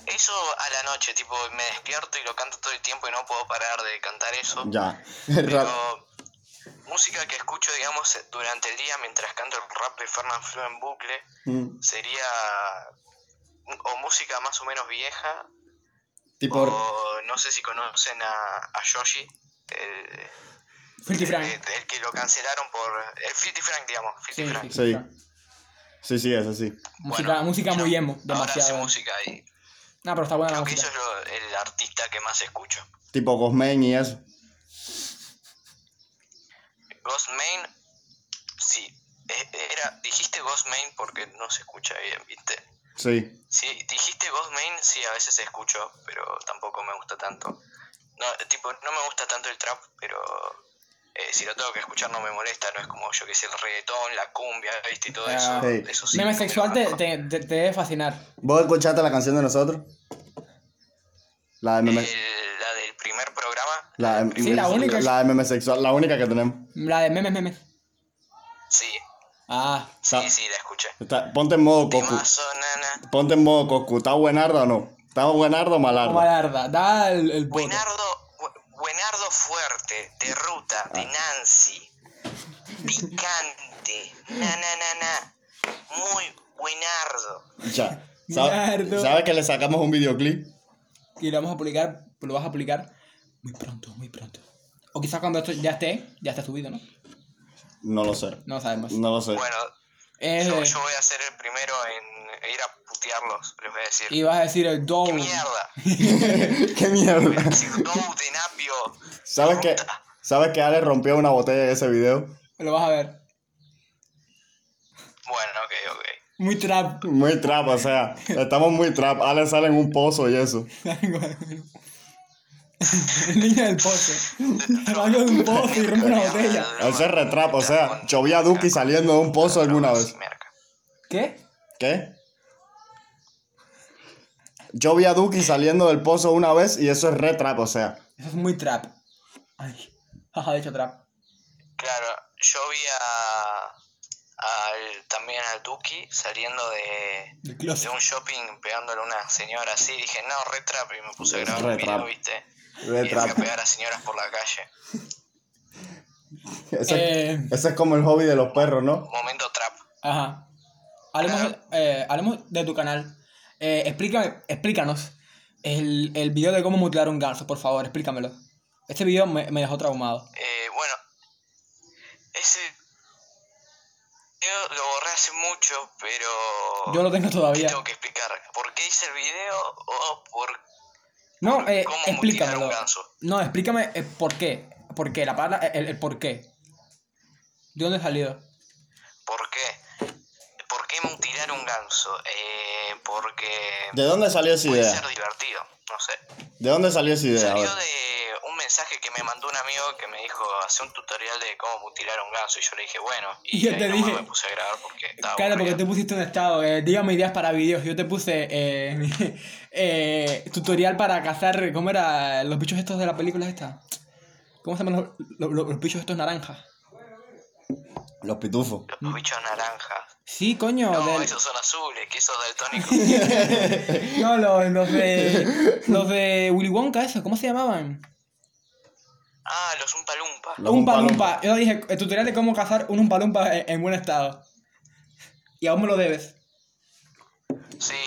Speaker 3: Eso a la noche, tipo, me despierto y lo canto todo el tiempo y no puedo parar de cantar eso.
Speaker 1: Ya. El rap.
Speaker 3: Pero música que escucho, digamos, durante el día mientras canto el rap de Fernand Flo en bucle
Speaker 1: Mm.
Speaker 3: sería o música más o menos vieja
Speaker 1: Tipo.
Speaker 3: o no sé si conocen a, a Yoshi, el,
Speaker 2: Filthy Frank.
Speaker 3: el- el que lo cancelaron por... El Filthy Frank, digamos. Filthy
Speaker 2: Sí,
Speaker 3: Frank.
Speaker 2: sí,
Speaker 1: Sí.
Speaker 2: claro.
Speaker 1: Sí, sí, es así.
Speaker 2: Música,
Speaker 3: Bueno,
Speaker 2: música muy
Speaker 3: yo
Speaker 2: emo,
Speaker 3: Ahora hace
Speaker 2: demasiado. emo.
Speaker 3: música y
Speaker 2: No, pero está buena la
Speaker 3: creo que
Speaker 2: música.
Speaker 3: eso es lo- el artista que más escucho.
Speaker 1: Tipo Cosmen y eso.
Speaker 3: Ghost Main, sí. e- Era, dijiste Ghost Main porque no se escucha bien, ¿viste?
Speaker 1: Sí.
Speaker 3: Sí, dijiste Ghost Main, sí, a veces escucho, pero tampoco me gusta tanto. No, tipo, no me gusta tanto el trap, pero eh, si lo tengo que escuchar no me molesta, no es como yo que sé, el reggaetón, la cumbia, ¿viste? Y todo
Speaker 2: Ah,
Speaker 3: eso.
Speaker 1: sí.
Speaker 3: eso sí,
Speaker 2: Meme
Speaker 3: no me
Speaker 2: sexual
Speaker 3: lo
Speaker 2: te,
Speaker 3: banco.
Speaker 2: te, te, te debe fascinar.
Speaker 1: ¿Vos escuchaste la canción de nosotros? La de meme.
Speaker 3: El- Eh, la del primer programa,
Speaker 1: La de,
Speaker 2: Eh, Sí, la única.
Speaker 1: la de meme sexual. La única que tenemos.
Speaker 2: La de memes, memes.
Speaker 3: sí,
Speaker 2: Ah,
Speaker 3: sí,
Speaker 1: Está-
Speaker 3: sí, la escuché.
Speaker 1: está- ponte en modo Coscu.
Speaker 3: Timazo, nana.
Speaker 1: Ponte en modo Coscu. ¿Está buenarda o no? ¿Está buenarda o
Speaker 2: como
Speaker 1: malarda?
Speaker 2: Malarda. Da el, el voto.
Speaker 3: Buenardo, Bu- Buenardo fuerte, de ruta, de Nancy. Picante, na na na na. Muy buenardo.
Speaker 1: Ya.
Speaker 2: Buenardo.
Speaker 1: ¿Sabes que le sacamos un videoclip?
Speaker 2: Y lo vamos a publicar, lo vas a publicar muy pronto, muy pronto. O quizás cuando esto ya esté, ya está subido, ¿no?
Speaker 1: No lo sé.
Speaker 2: No sabemos.
Speaker 1: No lo sé.
Speaker 3: Bueno,
Speaker 2: Eh,
Speaker 3: yo, yo voy a ser el primero en ir a putearlos, les voy a decir.
Speaker 2: y vas a decir el
Speaker 1: Oh.
Speaker 2: do.
Speaker 3: ¡Qué mierda!
Speaker 1: ¿Qué mierda?
Speaker 3: Si Go de Napio.
Speaker 1: ¿Sabes que, ¿Sabes que Ale rompió una botella en ese video?
Speaker 2: Lo vas a ver.
Speaker 3: Bueno, ok, ok.
Speaker 2: Muy trap.
Speaker 1: Muy trap, o sea, estamos muy trap. Ale sale en un pozo y eso.
Speaker 2: Niña del pozo. Algo de un pozo y rompe una botella.
Speaker 1: Ese es retrap, o sea, chovía Duki saliendo de un pozo alguna vez.
Speaker 3: Merca.
Speaker 2: ¿Qué?
Speaker 1: ¿Qué? Yo vi a Duki saliendo del pozo una vez y eso es retrap, o sea.
Speaker 2: Eso es muy trap. Ay, jaja, de hecho trap.
Speaker 3: Claro, yo vi a, al- también al Duki saliendo de,
Speaker 2: Del
Speaker 3: de
Speaker 2: closet.
Speaker 3: un shopping pegándole a una señora así. Dije, no, retrap. Y me puse a
Speaker 1: Es
Speaker 3: grabar un
Speaker 1: re
Speaker 3: video,
Speaker 1: trap.
Speaker 3: ¿viste? Y le fui a
Speaker 1: Retrap.
Speaker 3: pegar a señoras por la calle.
Speaker 1: Ese,
Speaker 2: Eh,
Speaker 1: ese es como el hobby de los perros, ¿no?
Speaker 3: Momento trap.
Speaker 2: ajá. Hablemos, eh, hablemos de tu canal. Eh, explícame, explícanos el, el video de cómo mutilar un ganso, por favor, explícamelo. Este video me, me dejó traumado.
Speaker 3: Eh, bueno, ese. Yo lo borré hace mucho, pero.
Speaker 2: Yo lo tengo
Speaker 3: ¿qué
Speaker 2: todavía.
Speaker 3: tengo que explicar? ¿Por qué hice el video o por
Speaker 2: No, eh,
Speaker 3: cómo mutilar
Speaker 2: explícamelo.
Speaker 3: un ganso?
Speaker 2: No, explícame el por qué. ¿Por qué? La palabra, el, el por qué. ¿De dónde salió?
Speaker 3: ¿Por qué? ¿Por qué mutilar un ganso? Eh, porque
Speaker 1: ¿De dónde salió esa
Speaker 3: puede ser
Speaker 1: idea?
Speaker 3: divertido, no sé.
Speaker 1: ¿De dónde salió esa idea? A ver.
Speaker 3: Salió de un mensaje que me mandó un amigo que me dijo, hace un tutorial de cómo mutilar un ganso. Y yo le dije, bueno, y,
Speaker 2: Y yo
Speaker 3: ahí
Speaker 2: te
Speaker 3: nomás
Speaker 2: dije,
Speaker 3: me puse a grabar porque estaba
Speaker 2: Claro, porque
Speaker 3: aburrido.
Speaker 2: tú pusiste un estado. eh, dígame ideas para videos. Yo te puse eh, eh, tutorial para cazar. ¿Cómo era? Los bichos estos de la película esta. ¿Cómo se llaman los, los- los bichos estos naranjas?
Speaker 1: Los pitufos.
Speaker 3: Los bichos naranjas.
Speaker 2: Sí, coño.
Speaker 3: No,
Speaker 2: del-
Speaker 3: esos son azules, que esos daltónicos.
Speaker 2: No, los, los de. Los de Willy Wonka, esos, ¿cómo se llamaban?
Speaker 3: Ah, los umpalumpa.
Speaker 1: Los
Speaker 2: un
Speaker 1: Oompa
Speaker 2: palumpa. Yo dije, el tutorial de cómo cazar un palumpa en, en buen estado. Y aún me lo debes.
Speaker 3: Sí.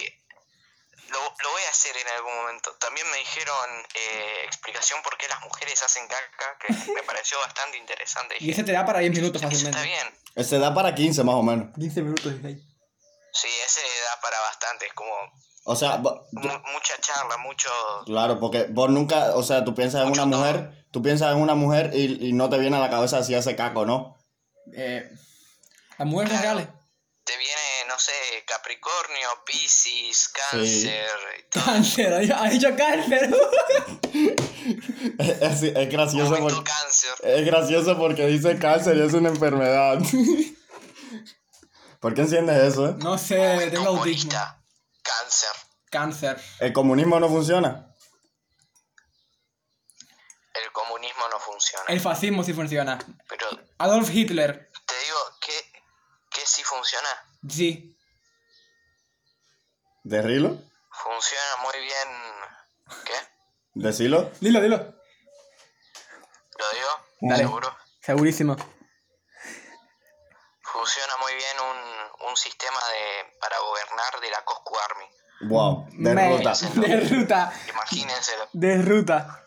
Speaker 3: Lo, lo voy a hacer en algún momento. También me dijeron eh, explicación por qué las mujeres hacen caca, que me pareció bastante interesante.
Speaker 2: Y
Speaker 3: Dije,
Speaker 2: ese te da para 10 minutos
Speaker 3: "Eso está
Speaker 2: fácilmente.
Speaker 3: bien.
Speaker 1: Se da para 15 más o menos.
Speaker 4: 15 minutos desde ahí.
Speaker 3: Sí, ese da para bastante, es como
Speaker 1: O sea, va-
Speaker 3: mu- mucha charla, mucho...
Speaker 1: Claro, porque vos nunca, o sea, tú piensas en
Speaker 3: Mucho
Speaker 1: una
Speaker 3: todo.
Speaker 1: mujer, tú piensas en una mujer y, y no te viene a la cabeza si hace caco, ¿no?
Speaker 2: Eh, las mujeres son reales.
Speaker 3: Te viene, no sé, Capricornio, Piscis, Cáncer, y todo.
Speaker 2: Cáncer, ha dicho cáncer.
Speaker 1: Es, es gracioso
Speaker 3: Momento
Speaker 1: porque,
Speaker 3: Cáncer.
Speaker 1: es gracioso porque dice cáncer y es una enfermedad. ¿Por qué enciendes eso? eh?
Speaker 2: No sé, tengo
Speaker 3: Momento
Speaker 2: autismo.
Speaker 3: Corista, Cáncer.
Speaker 2: Cáncer.
Speaker 1: El comunismo no funciona.
Speaker 3: El comunismo no funciona.
Speaker 2: El fascismo sí funciona.
Speaker 3: Pero
Speaker 2: Adolf Hitler.
Speaker 3: te digo que, que sí funciona.
Speaker 2: Sí.
Speaker 1: ¿Derrilo?
Speaker 3: Funciona muy bien. ¿Qué?
Speaker 1: ¿Decilo?
Speaker 2: Dilo, dilo.
Speaker 3: ¿Lo digo?
Speaker 2: Dale.
Speaker 3: Seguro.
Speaker 2: Segurísimo.
Speaker 3: Funciona muy bien un, un sistema de para gobernar de la Coscu Army.
Speaker 1: Wow, derrota.
Speaker 2: Derruta.
Speaker 3: Imagínenselo.
Speaker 2: Derruta.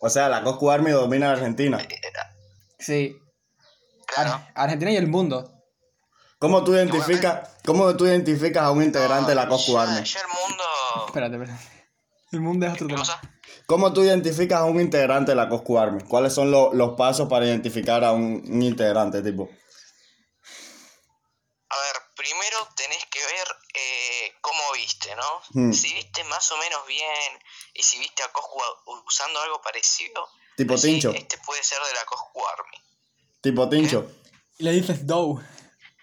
Speaker 1: O sea, la Coscu Army domina a Argentina.
Speaker 2: Sí.
Speaker 3: eh, Claro.
Speaker 1: Ah,
Speaker 2: Ar- Argentina y el mundo.
Speaker 1: ¿Cómo tú identificas, cómo tú identificas a un integrante de la Coscu
Speaker 3: Ya-
Speaker 1: Army?
Speaker 3: ya el mundo.
Speaker 2: Espérate, espérate. El mundo es otro
Speaker 3: ¿Qué
Speaker 2: tema.
Speaker 3: cosa?
Speaker 1: ¿Cómo tú identificas a un integrante de la Coscu Army? ¿Cuáles son lo- los pasos para identificar a un, un integrante, tipo?
Speaker 3: A ver, primero tenés que ver eh, cómo viste, ¿no?
Speaker 1: Hmm.
Speaker 3: Si viste más o menos bien y si viste a Coscu usando algo parecido,
Speaker 1: Tipo
Speaker 3: decís,
Speaker 1: Tincho.
Speaker 3: este puede ser de la Coscu Army.
Speaker 1: Tipo Tincho.
Speaker 2: Y le dices Dow.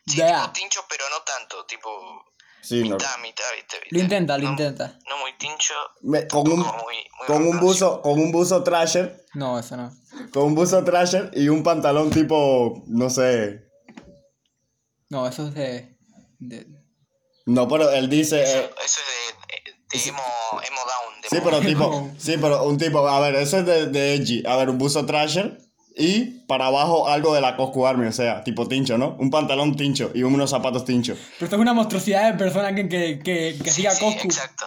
Speaker 3: Sí,
Speaker 2: Yeah.
Speaker 3: tipo tincho, pero no tanto, tipo
Speaker 1: Sí, no.
Speaker 3: mitad, mitad, viste, viste.
Speaker 2: Lo intenta, lo
Speaker 3: No-
Speaker 2: intenta.
Speaker 3: No muy tincho,
Speaker 1: Me- con un,
Speaker 3: tampoco muy, muy
Speaker 1: con un
Speaker 3: rancio.
Speaker 1: buzo, con un buzo trasher,
Speaker 2: No, eso no.
Speaker 1: con un buzo trasher y un pantalón tipo, no sé.
Speaker 2: No, eso es de. de-
Speaker 1: No, pero él dice. eh,
Speaker 3: Eso es de, de emo, emo down. De
Speaker 1: sí, pero
Speaker 3: emo-
Speaker 1: tipo, sí, pero un tipo, a ver, eso es de, de edgy. A ver, un buzo trasher y para abajo algo de la Coscu Army, o sea, tipo tincho, ¿no? Un pantalón tincho y unos zapatos tincho.
Speaker 2: Pero esto es una monstruosidad de persona que, que, que, que
Speaker 3: Sí,
Speaker 2: siga a
Speaker 3: sí,
Speaker 2: Coscu.
Speaker 3: exacto.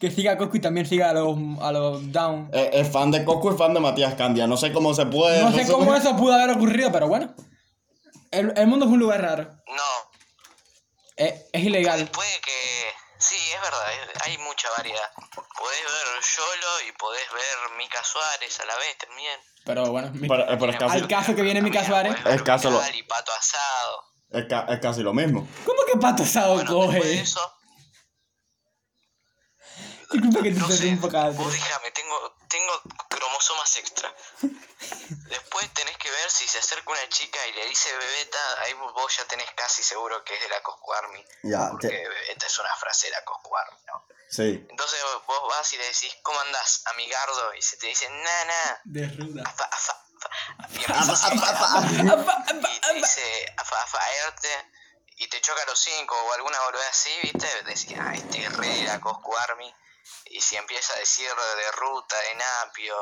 Speaker 2: que siga a Coscu y también siga a los, a los Down.
Speaker 1: Eh, Es, fan de Coscu y fan de Matías Candia. No sé cómo se puede.
Speaker 2: No sé
Speaker 1: eh.
Speaker 2: cómo eso pudo haber ocurrido, pero bueno. El, el mundo es un lugar raro. Eh,
Speaker 3: No,
Speaker 2: Es, es ilegal.
Speaker 3: puede que... Sí, es verdad, es- hay mucha variedad. Podés ver Yolo y podés ver Mica Suárez a la vez también.
Speaker 2: Pero bueno. mi-
Speaker 1: Pero, eh, pero es casi,
Speaker 2: Al caso que viene Mica
Speaker 3: También
Speaker 2: Suárez.
Speaker 3: podés ver
Speaker 1: Es caso lo-
Speaker 3: Vidal y Pato Asado.
Speaker 1: es ca- es casi lo mismo.
Speaker 2: ¿Cómo que pato asado
Speaker 3: Bueno, después de
Speaker 1: eh.
Speaker 2: coge?
Speaker 3: eso...
Speaker 2: Disculpa que te
Speaker 3: No sé,
Speaker 2: interrumpa cada
Speaker 3: vos déjame, tengo, tengo cromosomas extra. Después tenés que ver si se acerca una chica y le dice bebeta, ahí vos vos ya tenés casi seguro que es de la Coscu Army.
Speaker 1: Ya,
Speaker 3: porque
Speaker 1: te-
Speaker 3: bebeta es una frase de la Coscu Army, ¿no?
Speaker 1: Sí.
Speaker 3: Entonces vos vas y le decís, ¿cómo andás, amigardo? Y se te dice, nana.
Speaker 2: De ruda.
Speaker 3: Afa, afa, afa. Y empezás a y te dice afa, afaerte y te choca a los cinco o alguna boludez así, ¿viste? Decís, ah, este es re de la Coscu Army. Y si empieza a decir de ruta, de napio,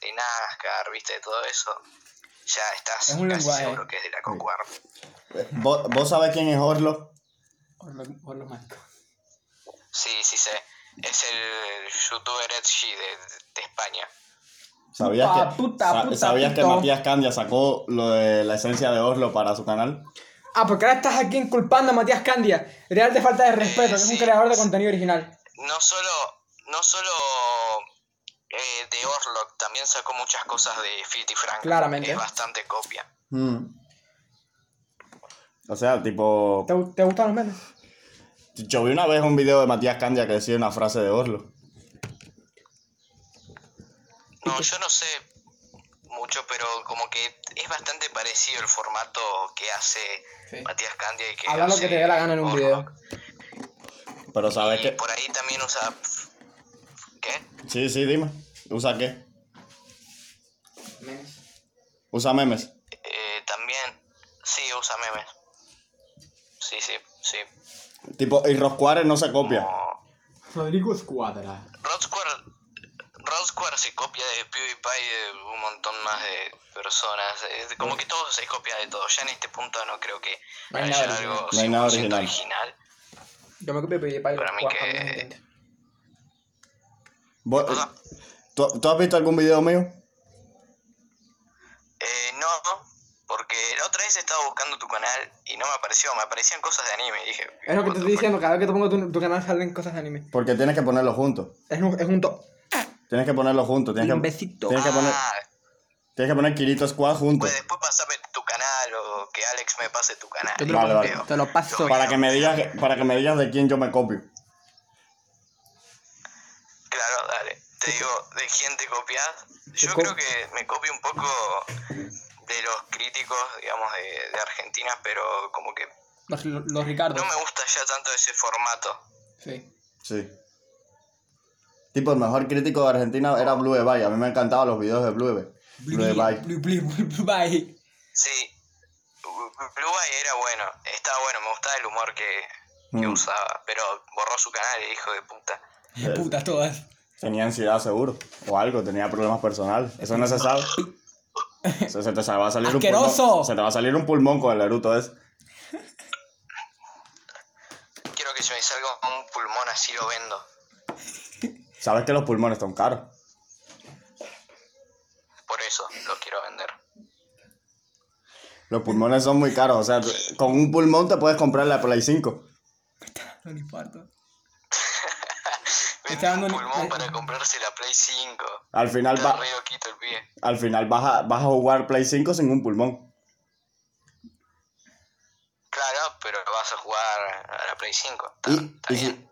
Speaker 3: de NASCAR, ¿viste? De todo eso, ya estás
Speaker 2: Es un
Speaker 3: casi
Speaker 2: lenguaje.
Speaker 3: seguro que es de la Coscu Army.
Speaker 1: ¿Vos, vos sabés quién es Orlo?
Speaker 2: Por lo mágico.
Speaker 3: Sí, sí sé. Es el youtuber Edgy de, de España.
Speaker 1: ¿Sabías,
Speaker 2: Puta,
Speaker 1: que,
Speaker 2: puta,
Speaker 1: sa-
Speaker 2: puta,
Speaker 1: ¿sabías que
Speaker 2: puto.
Speaker 1: Matías Candia sacó lo de la esencia de Oslo para su canal?
Speaker 4: Ah, porque ahora estás aquí inculpando a Matías Candia. Real de falta de respeto, que es un
Speaker 3: sí.
Speaker 4: creador de contenido original.
Speaker 3: No solo, no solo eh, de Orlok, también sacó muchas cosas de Fifty Frank.
Speaker 4: Claramente.
Speaker 3: Es bastante copia.
Speaker 1: O sea, tipo.
Speaker 4: ¿Te, te gustan los memes?
Speaker 1: Yo vi una vez un video de Matías Candia que decía una frase de Oslo.
Speaker 3: No, yo no sé mucho, pero como que es bastante parecido el formato que hace
Speaker 2: Sí.
Speaker 3: Matías Candia y que
Speaker 4: Habla lo
Speaker 3: hace
Speaker 4: que te dé la gana en un
Speaker 3: Orlok.
Speaker 4: video.
Speaker 1: Pero sabes
Speaker 3: Y
Speaker 1: que.
Speaker 3: por ahí también usa ¿qué?
Speaker 1: Sí, sí, dime. ¿Usa qué?
Speaker 4: Memes.
Speaker 1: ¿Usa memes?
Speaker 3: Eh, también sí, que usa memes. Sí, sí, sí.
Speaker 1: Tipo, y Roscuares no se copia.
Speaker 3: Como-
Speaker 4: Rodrigo Escuadra.
Speaker 3: Rod Square, Rod Square se copia de PewDiePie y de un montón más de personas. Es como que todo se copia de todo. Ya en este punto no creo que
Speaker 2: No hay
Speaker 3: haya
Speaker 2: nada
Speaker 3: algo
Speaker 2: original.
Speaker 1: No hay nada
Speaker 3: 100%
Speaker 1: original.
Speaker 3: original.
Speaker 4: Yo me copio de PewDiePie.
Speaker 3: Para mí
Speaker 4: Guau,
Speaker 3: que-
Speaker 4: me encanta.
Speaker 1: Vos- eh, ¿Tú, tú has visto algún video mío?
Speaker 3: Eh, no, porque la otra vez estaba buscando tu canal y no me apareció. Me aparecían cosas de anime. y Dije,
Speaker 4: Es lo que te
Speaker 3: what
Speaker 4: estoy
Speaker 3: the
Speaker 4: diciendo, cada vez que te pongo tu, tu canal salen cosas de anime.
Speaker 1: Porque tienes que ponerlo juntos.
Speaker 4: Es un, es un top.
Speaker 1: Tienes que ponerlo juntos. Tienes que,
Speaker 2: Imbécito.
Speaker 1: Tienes que
Speaker 3: fuck?
Speaker 1: poner,
Speaker 3: Ah,
Speaker 1: tienes que poner Kirito Squad juntos.
Speaker 3: Pues después pasame tu canal o que Alex me pase tu canal.
Speaker 2: Yo te
Speaker 1: lo Vale, vale.
Speaker 3: Creo.
Speaker 2: Te lo paso.
Speaker 1: Para que me digas, para que me digas de quién yo me copio.
Speaker 3: Claro, dale. Te digo, ¿de quién te copias? Yo
Speaker 4: co-
Speaker 3: creo que me copio un poco de los críticos, digamos, de, de Argentina, pero como que
Speaker 2: Los, los Ricardo.
Speaker 3: no me gusta ya tanto ese formato.
Speaker 2: Sí.
Speaker 1: Sí. Tipo, el mejor crítico de Argentina era Blue Bay. A mí me encantaban los videos de Blue Bay. Blue Bay.
Speaker 2: Blue, blue, blue, blue, bye.
Speaker 3: Sí, Blue Eye era bueno, estaba bueno, me gustaba el humor que, que
Speaker 1: Mm.
Speaker 3: usaba, pero borró su canal y hijo de puta.
Speaker 1: Eh.
Speaker 2: Putas todas.
Speaker 1: Tenía ansiedad seguro. O algo, tenía problemas personales. Eso no se sabe. Se, se te sa- va a salir un
Speaker 2: ¡Asqueroso!
Speaker 1: pulmón. Se te va a salir un pulmón con el eruto ese.
Speaker 3: Quiero que se me salga un pulmón así lo vendo.
Speaker 1: Sabes que los pulmones son caros.
Speaker 3: Por eso lo quiero vender.
Speaker 1: Los pulmones son muy caros. O sea, con un pulmón te puedes comprar la Play 5.
Speaker 2: No le importa.
Speaker 3: Vende
Speaker 2: está dando
Speaker 3: un
Speaker 2: un-
Speaker 3: pulmón para comprarse la Play 5.
Speaker 1: Al final,
Speaker 3: Está
Speaker 1: va,
Speaker 3: re loquito el pie.
Speaker 1: al final vas, a, vas a jugar Play 5 sin un pulmón.
Speaker 3: Claro, pero vas a jugar a la Play 5. Está,
Speaker 1: Y,
Speaker 3: está
Speaker 1: y
Speaker 3: bien.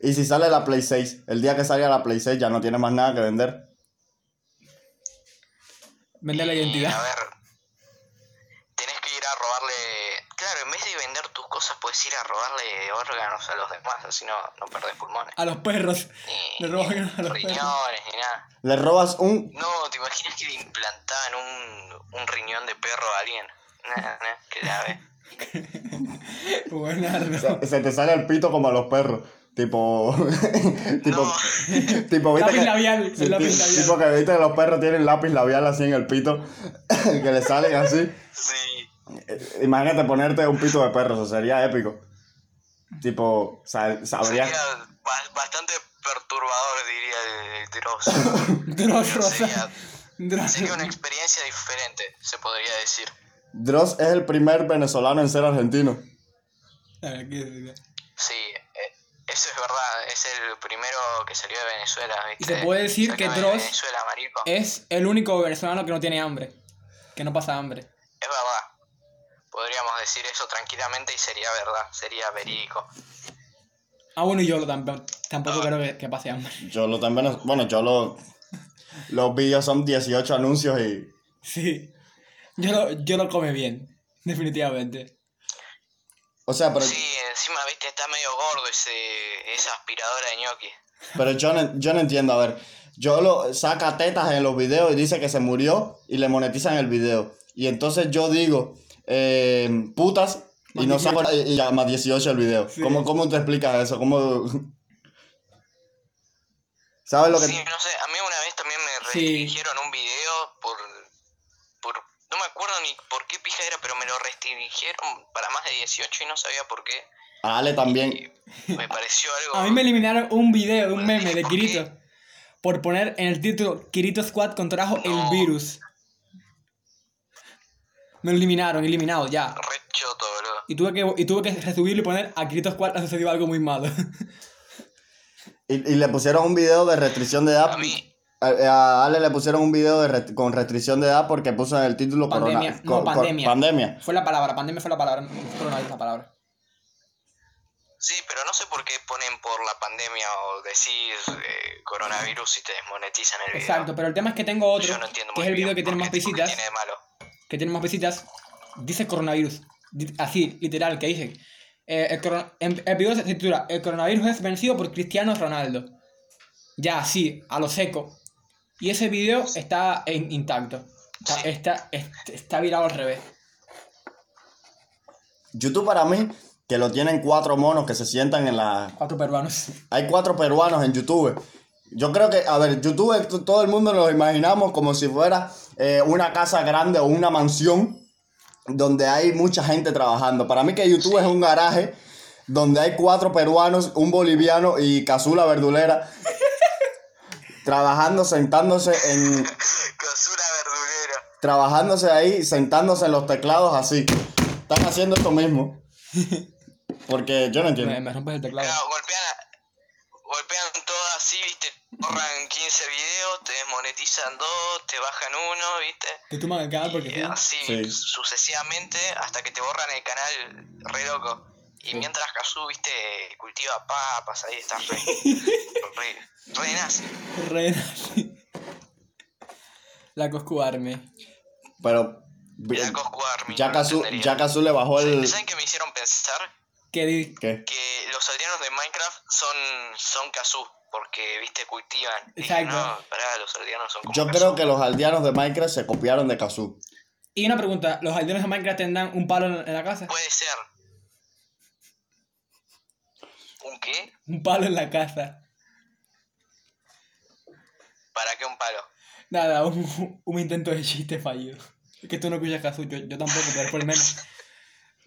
Speaker 1: si, y si sale la Play 6, el día que salga la Play 6 ya no tienes más nada que vender.
Speaker 2: Vende la
Speaker 3: Y, Eh, a
Speaker 2: identidad.
Speaker 3: ver, tenés que ir a robarle. Claro, en vez de vender tus cosas, puedes ir a robarle órganos a los demás, así no, no perdés pulmones.
Speaker 2: A los perros.
Speaker 3: Ni
Speaker 2: Le roban a los perros.
Speaker 3: riñones, ni nada.
Speaker 1: Le robas un
Speaker 3: No, ¿te imaginas que le implantaban un, un riñón de perro a alguien? Nah, nah, qué grave.
Speaker 2: Buenardo.
Speaker 1: Se, se te sale el pito como a los perros. Tipo. tipo. Tipo, ¿viste
Speaker 2: Lápiz
Speaker 1: que-
Speaker 2: labial, el
Speaker 1: ti-
Speaker 2: lápiz
Speaker 1: ti-
Speaker 2: labial.
Speaker 1: tipo que viste que los perros tienen lápiz labial así en el pito. que le salen así.
Speaker 3: Sí.
Speaker 1: Eh, Imagínate ponerte un pito de perro, eso sería épico. Tipo, sal- sabrías.
Speaker 3: Sería ba- bastante perturbador, diría el, el Dross.
Speaker 2: Dross
Speaker 3: Sería-
Speaker 2: rosa. Dross
Speaker 3: Sería una experiencia diferente, se podría decir.
Speaker 1: Dross es el primer venezolano en ser argentino.
Speaker 2: A ver, ¿qué decir?
Speaker 3: Sí, eh, eso es verdad, es el primero que salió de Venezuela. ¿viste?
Speaker 2: Y se puede decir
Speaker 3: Salió
Speaker 2: que
Speaker 3: de
Speaker 2: Dross-
Speaker 3: Venezuela, marico.
Speaker 2: Es el único venezolano que no tiene hambre. Que no pasa hambre.
Speaker 3: Es verdad. Podríamos decir eso tranquilamente y sería verdad, sería verídico.
Speaker 2: Ah, bueno, y yo lo tampoco,
Speaker 3: Ah,
Speaker 2: tampoco creo que, que pase hambre.
Speaker 1: Yo lo también. Bueno, yo lo. Los vídeos son 18 anuncios y.
Speaker 2: Sí. Yo lo, yo lo come bien. Definitivamente.
Speaker 1: O sea, pero.
Speaker 3: Sí, encima, viste, está medio gordo ese, esa aspiradora de ñoqui.
Speaker 1: Pero yo no, yo no entiendo, a ver, yo lo saca tetas en los videos y dice que se murió y le monetizan el video. Y entonces yo digo, eh, putas, y no saco y, y ya más 18 el video.
Speaker 2: Sí.
Speaker 1: ¿Cómo, ¿Cómo te explicas eso? ¿Cómo... ¿Sabes lo que...
Speaker 3: Sí, no sé, a mí una vez también me
Speaker 2: Sí.
Speaker 3: restringieron un video por, por... No me acuerdo ni por qué pija era, pero me lo restringieron para más de 18 y no sabía por qué.
Speaker 1: A Ale también.
Speaker 3: Y me pareció algo...
Speaker 2: A mí me eliminaron un video de un meme de Kirito. Por poner en el título Kirito Squad contrajo el
Speaker 3: No.
Speaker 2: virus. Me lo eliminaron, eliminado ya.
Speaker 3: Re choto, boludo.
Speaker 2: Y tuve que, y tuve que resubirlo y poner a Kirito Squad ha sucedido algo muy malo.
Speaker 1: Y, y le pusieron un video de restricción de edad.
Speaker 3: A mí.
Speaker 1: A, a Ale le pusieron un video de rest- con restricción de edad porque puso en el título corona-
Speaker 2: Pandemia, no,
Speaker 1: cor- cor-
Speaker 2: pandemia.
Speaker 1: pandemia.
Speaker 2: fue la palabra, pandemia fue la palabra, coronavirus la palabra.
Speaker 3: Sí, pero no sé por qué ponen por la pandemia o decís eh, coronavirus y te desmonetizan el video.
Speaker 2: Exacto, pero el tema es que tengo otro,
Speaker 3: Yo no entiendo
Speaker 2: que
Speaker 3: muy
Speaker 2: es el
Speaker 3: bien
Speaker 2: video que tiene
Speaker 3: por
Speaker 2: más
Speaker 3: qué- por qué
Speaker 2: visitas,
Speaker 3: tiene de malo.
Speaker 2: que tiene más visitas, dice coronavirus, di- así, literal, que dice. eh, el, coron- en- el video se titula El coronavirus es vencido por Cristiano Ronaldo. Ya, así, a lo seco. Y ese video está en- intacto. Está,
Speaker 3: Sí.
Speaker 2: está, est- está virado al revés.
Speaker 1: YouTube para mí, que lo tienen cuatro monos que se sientan en la...
Speaker 2: Cuatro peruanos.
Speaker 1: Hay cuatro peruanos en YouTube. Yo creo que, a ver, YouTube t- todo el mundo nos imaginamos como si fuera eh, una casa grande o una mansión donde hay mucha gente trabajando. Para mí que YouTube es un garaje donde hay cuatro peruanos, un boliviano y Cazula Verdulera trabajando, sentándose en,
Speaker 3: Cosura verdulera.
Speaker 1: trabajándose ahí, sentándose en los teclados así. Están haciendo esto mismo. Porque yo no
Speaker 2: Me,
Speaker 1: entiendo.
Speaker 2: me rompes el teclado.
Speaker 3: No, golpean, golpean todo así, viste. Borran 15 videos, te desmonetizan dos, te bajan uno, viste.
Speaker 2: Te tuman el canal porque
Speaker 3: Y
Speaker 2: sí.
Speaker 3: Eh, así
Speaker 1: Sí.
Speaker 3: sucesivamente hasta que te borran el canal re loco. Y mientras Kazu, viste, cultiva papas, ahí está re. re, re nazi.
Speaker 2: Reina. La Coscu Army.
Speaker 1: Pero
Speaker 3: La Coscu Army,
Speaker 1: ya
Speaker 3: no
Speaker 1: Cazú
Speaker 3: entendería.
Speaker 1: ya Cazú le bajó el...
Speaker 3: ¿Saben qué me hicieron pensar?
Speaker 2: Que di-
Speaker 1: ¿Qué?
Speaker 3: Que los aldeanos de Minecraft son, son Kazu, porque, viste, cultivan. Y
Speaker 2: Exacto.
Speaker 3: no, pará, los aldeanos son como
Speaker 1: Yo
Speaker 3: Cazú.
Speaker 1: creo que los aldeanos de Minecraft se copiaron de Kazoo.
Speaker 2: Y una pregunta, ¿los aldeanos de Minecraft tendrán un palo en en la casa?
Speaker 3: Puede ser. ¿Un qué?
Speaker 2: Un palo en la casa.
Speaker 3: ¿Para qué un palo?
Speaker 2: Nada, un, un intento de chiste fallido. Es que tú no escuchas Kazu, yo, yo tampoco, pero por lo menos.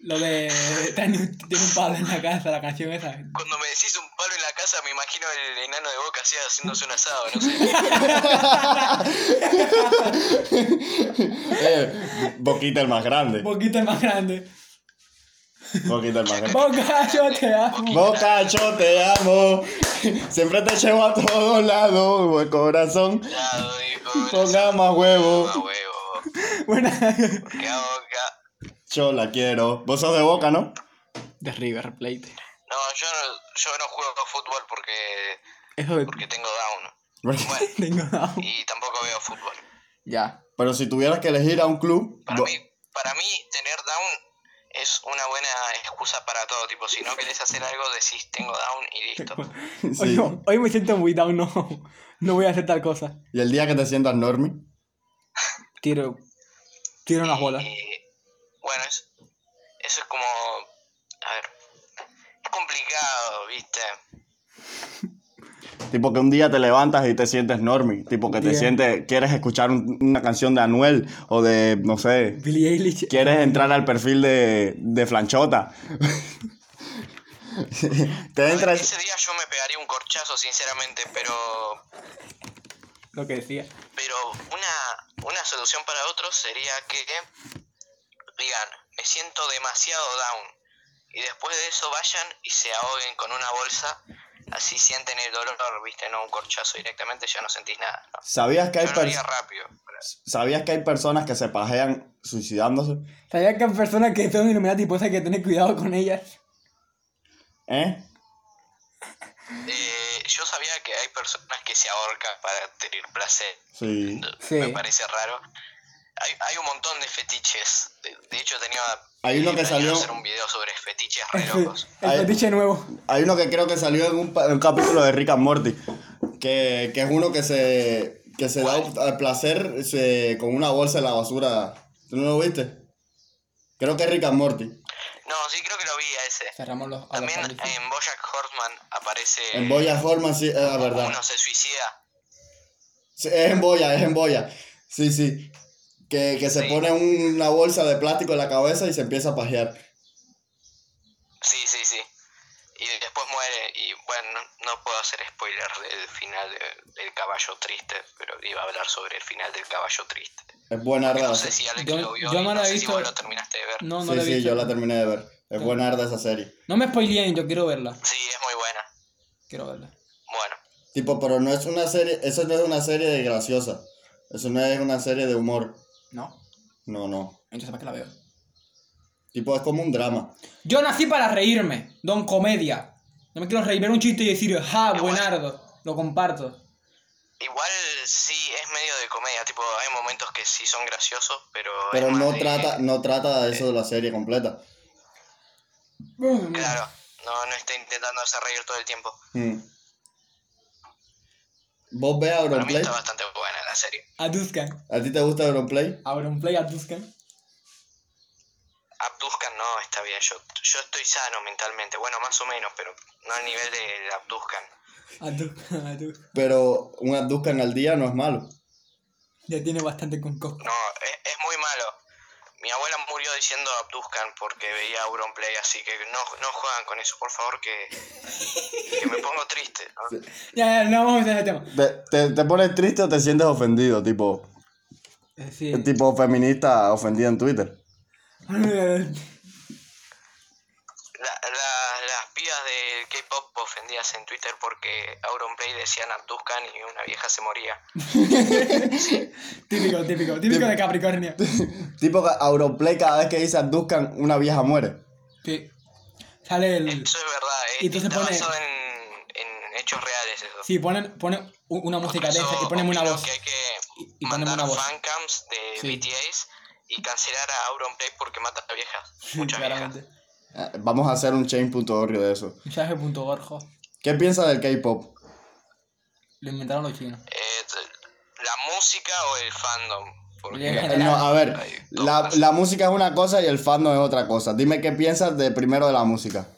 Speaker 2: Lo de. Tiene un, tiene un palo en la casa, la canción esa.
Speaker 3: Cuando me decís un palo en la casa, me imagino el enano de boca así haciéndose un asado, no sé.
Speaker 1: Eh, Boquita el más
Speaker 2: Un
Speaker 1: grande.
Speaker 2: poquito más grande.
Speaker 1: Boquita el más grande.
Speaker 2: Boca, yo te amo.
Speaker 1: Boca, yo te amo. Siempre te llevo a todos lados, buen corazón.
Speaker 3: Asado, hijo.
Speaker 1: Ponga más huevo.
Speaker 3: Ah, huevo.
Speaker 2: Buena.
Speaker 3: Porque a boca.
Speaker 1: Yo la quiero. Vos sos de boca, ¿no?
Speaker 2: De River Plate.
Speaker 3: No, yo no, yo no juego fútbol porque,
Speaker 2: Eso de.
Speaker 3: porque tengo down. Bueno,
Speaker 2: Tengo down.
Speaker 3: y tampoco veo fútbol.
Speaker 2: Ya.
Speaker 1: Pero si tuvieras que elegir a un club.
Speaker 3: Para
Speaker 1: bo-
Speaker 3: mí, para mí, tener down es una buena excusa para todo. Tipo, si no querés hacer algo, decís tengo down y listo.
Speaker 1: sí.
Speaker 2: Hoy, hoy me siento muy down, no. No voy a hacer tal cosa.
Speaker 1: Y el día que te sientas normie.
Speaker 2: Tiro. Tiro las bolas.
Speaker 3: Y, Eh, bueno, es- eso es como. A ver. Es complicado, ¿viste?
Speaker 1: Tipo que un día te levantas y te sientes normie. Tipo que te
Speaker 2: Bien.
Speaker 1: sientes. Quieres escuchar un- una canción de Anuel o de. No sé.
Speaker 2: Billy Eilish.
Speaker 1: Quieres entrar al perfil de, de Flanchota. te entras.
Speaker 3: Ese día yo me pegaría un corchazo, sinceramente, pero.
Speaker 2: Lo que decía.
Speaker 3: Pero una, una solución para otros sería que digan, me siento demasiado down. Y después de eso vayan y se ahoguen con una bolsa. Así sienten el dolor, viste, no un corchazo directamente, ya no sentís nada. ¿no?
Speaker 1: ¿Sabías que hay
Speaker 3: Yo lo haría
Speaker 1: pers-
Speaker 3: rápido.
Speaker 1: ¿Sabías que hay personas que se pajean suicidándose?
Speaker 2: Sabía que hay personas que son iluminadas y pues hay que tener cuidado con ellas.
Speaker 1: ¿Eh?
Speaker 3: Eh, yo sabía que hay personas que se ahorcan para tener placer.
Speaker 1: Sí.
Speaker 2: Sí.
Speaker 3: Me parece raro. Hay, hay un montón de fetiches. De, de hecho, tenía.
Speaker 1: Hay uno que
Speaker 3: planeado
Speaker 1: salió-
Speaker 3: hacer un video sobre fetiches re
Speaker 2: El,
Speaker 3: locos.
Speaker 1: Ay.
Speaker 2: el fetiche nuevo.
Speaker 1: Hay uno que creo que salió en un, pa- en un capítulo de Rick and Morty. Que, que es uno que se, que se da al placer se- con una bolsa en la basura. ¿Tú no lo viste? Creo que es Rick and Morty.
Speaker 3: No, sí, creo que lo vi a ese.
Speaker 2: Cerramos los. a los
Speaker 3: También eh,
Speaker 2: fanfics.
Speaker 3: en Bojack Horseman aparece.
Speaker 1: En Boya Horman, sí, es la
Speaker 3: como
Speaker 1: verdad.
Speaker 3: Uno se suicida.
Speaker 1: Sí, es en Boya, es en Boya. Sí, sí. Que, que se
Speaker 3: Sí.
Speaker 1: pone una bolsa de plástico en la cabeza y se empieza a pajear.
Speaker 3: Sí, sí, sí. Y después muere. Y bueno, no, no puedo hacer spoiler del final de- del caballo triste, pero iba a hablar sobre el final del caballo triste.
Speaker 1: Es buena
Speaker 3: No
Speaker 1: rara.
Speaker 3: sé si Alex
Speaker 2: Yo-
Speaker 3: lo vio.
Speaker 2: yo
Speaker 3: y
Speaker 2: no
Speaker 3: no,
Speaker 2: la he
Speaker 3: sé si
Speaker 2: visto.
Speaker 3: vos lo terminaste de ver.
Speaker 2: No, no
Speaker 1: sí,
Speaker 2: la he
Speaker 1: sí,
Speaker 2: visto.
Speaker 1: yo la terminé de ver. Es buena arda esa serie.
Speaker 2: No me spoileen, yo quiero verla.
Speaker 3: Sí, es muy buena.
Speaker 2: Quiero verla.
Speaker 3: Bueno,
Speaker 1: Tipo, pero no es una serie, eso no es una serie de graciosa. Eso no es una serie de humor.
Speaker 2: No,
Speaker 1: No, no.
Speaker 2: entonces para qué la veo.
Speaker 1: Tipo, es como un drama.
Speaker 2: Yo nací para reírme, don comedia. No me quiero reír, ver un chiste y decir, ja, buenardo, lo comparto.
Speaker 3: igual sí es medio de comedia. Tipo, hay momentos que sí son graciosos, pero. es
Speaker 1: Pero
Speaker 3: más
Speaker 1: no
Speaker 3: de-
Speaker 1: trata, no trata de eso de la serie completa.
Speaker 3: Claro, no, no está intentando hacer reír todo el tiempo.
Speaker 1: Mm. ¿Vos ves
Speaker 3: Para mí
Speaker 1: Auronplay?
Speaker 3: está bastante buena la serie.
Speaker 2: Aduzcan.
Speaker 1: ¿A ti te gusta Auronplay?
Speaker 2: Auronplay, Aduzcan.
Speaker 3: A abduzcan, no, está bien, yo, yo estoy sano mentalmente, bueno, más o menos, pero no al nivel del abduzcan.
Speaker 2: Abduzcan, abduzcan.
Speaker 1: Pero un abduzcan al día no es malo.
Speaker 2: Ya tiene bastante con coco.
Speaker 3: No, e, es, es muy malo. Mi abuela murió diciendo abduzcan porque veía Auronplay, así que no, no juegan con eso, por favor, que, que me pongo triste. ¿no?
Speaker 2: Ya, ya, no vamos a meter ese tema.
Speaker 1: Te, te- te pones triste o te sientes ofendido, tipo,
Speaker 2: Eh, Sí.
Speaker 1: tipo feminista ofendida en Twitter.
Speaker 3: La- la- las pibas del K-pop ofendidas en Twitter porque Auronplay decían abduzcan y una vieja se moría.
Speaker 2: típico, típico, típico de Capricornio.
Speaker 1: Tipo que Auronplay cada vez que dice abduzcan, una vieja muere.
Speaker 2: Sí. Sale el.
Speaker 3: Eso es verdad, eh,
Speaker 2: Y entonces
Speaker 3: está
Speaker 2: pone-
Speaker 3: basado en, en hechos reales eso.
Speaker 2: Sí, ponen, ponen u- una música de esa
Speaker 3: Eso
Speaker 2: y ponenme una
Speaker 3: opino
Speaker 2: voz.
Speaker 3: Que hay que
Speaker 2: Y- y poneme una
Speaker 3: mandar
Speaker 2: voz.
Speaker 3: fancams de
Speaker 2: Sí.
Speaker 3: BTS y cancelar a Auronplay porque mata a viejas. Muchas viejas.
Speaker 2: Claramente.
Speaker 1: Eh, Vamos a hacer un change.org de eso.
Speaker 2: Mensaje.org.
Speaker 1: ¿Qué piensa del K-pop?
Speaker 2: Lo inventaron los chinos.
Speaker 3: Eh, t- la música o el fandom.
Speaker 2: Bien,
Speaker 3: Porque
Speaker 1: Eh, No, a ver,
Speaker 3: Ay, no,
Speaker 1: la,
Speaker 3: pasa.
Speaker 1: la música es una cosa y el fandom es otra cosa. Dime qué piensas de primero de la música.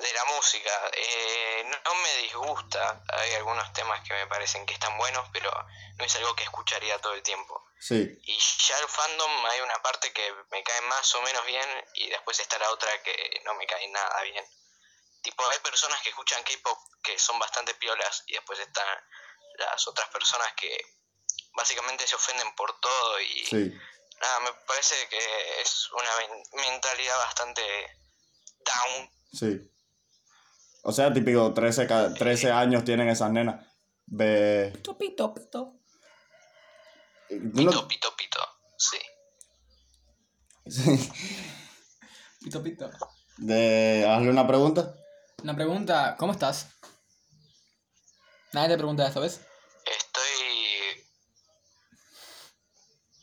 Speaker 3: de la música, eh, no, no me disgusta. Hay algunos temas que me parecen que están buenos, pero no es algo que escucharía todo el tiempo.
Speaker 1: Sí.
Speaker 3: Y ya el fandom hay una parte que me cae más o menos bien y después está la otra que no me cae nada bien. Tipo, hay personas que escuchan K-pop que son bastante piolas y después están las otras personas que básicamente se ofenden por todo y
Speaker 1: Sí.
Speaker 3: nada, me parece que es una men- mentalidad bastante down.
Speaker 1: Sí. O sea, típico, 13, ca- 13 años tienen esas nenas. Ve-
Speaker 2: Topito, pito.
Speaker 1: tú no-
Speaker 3: Pito, pito, pito. Sí.
Speaker 2: Pito, pito.
Speaker 1: de- hazle una pregunta.
Speaker 2: Una pregunta, ¿cómo estás? Nadie te pregunta eso, ¿ves?
Speaker 3: Estoy...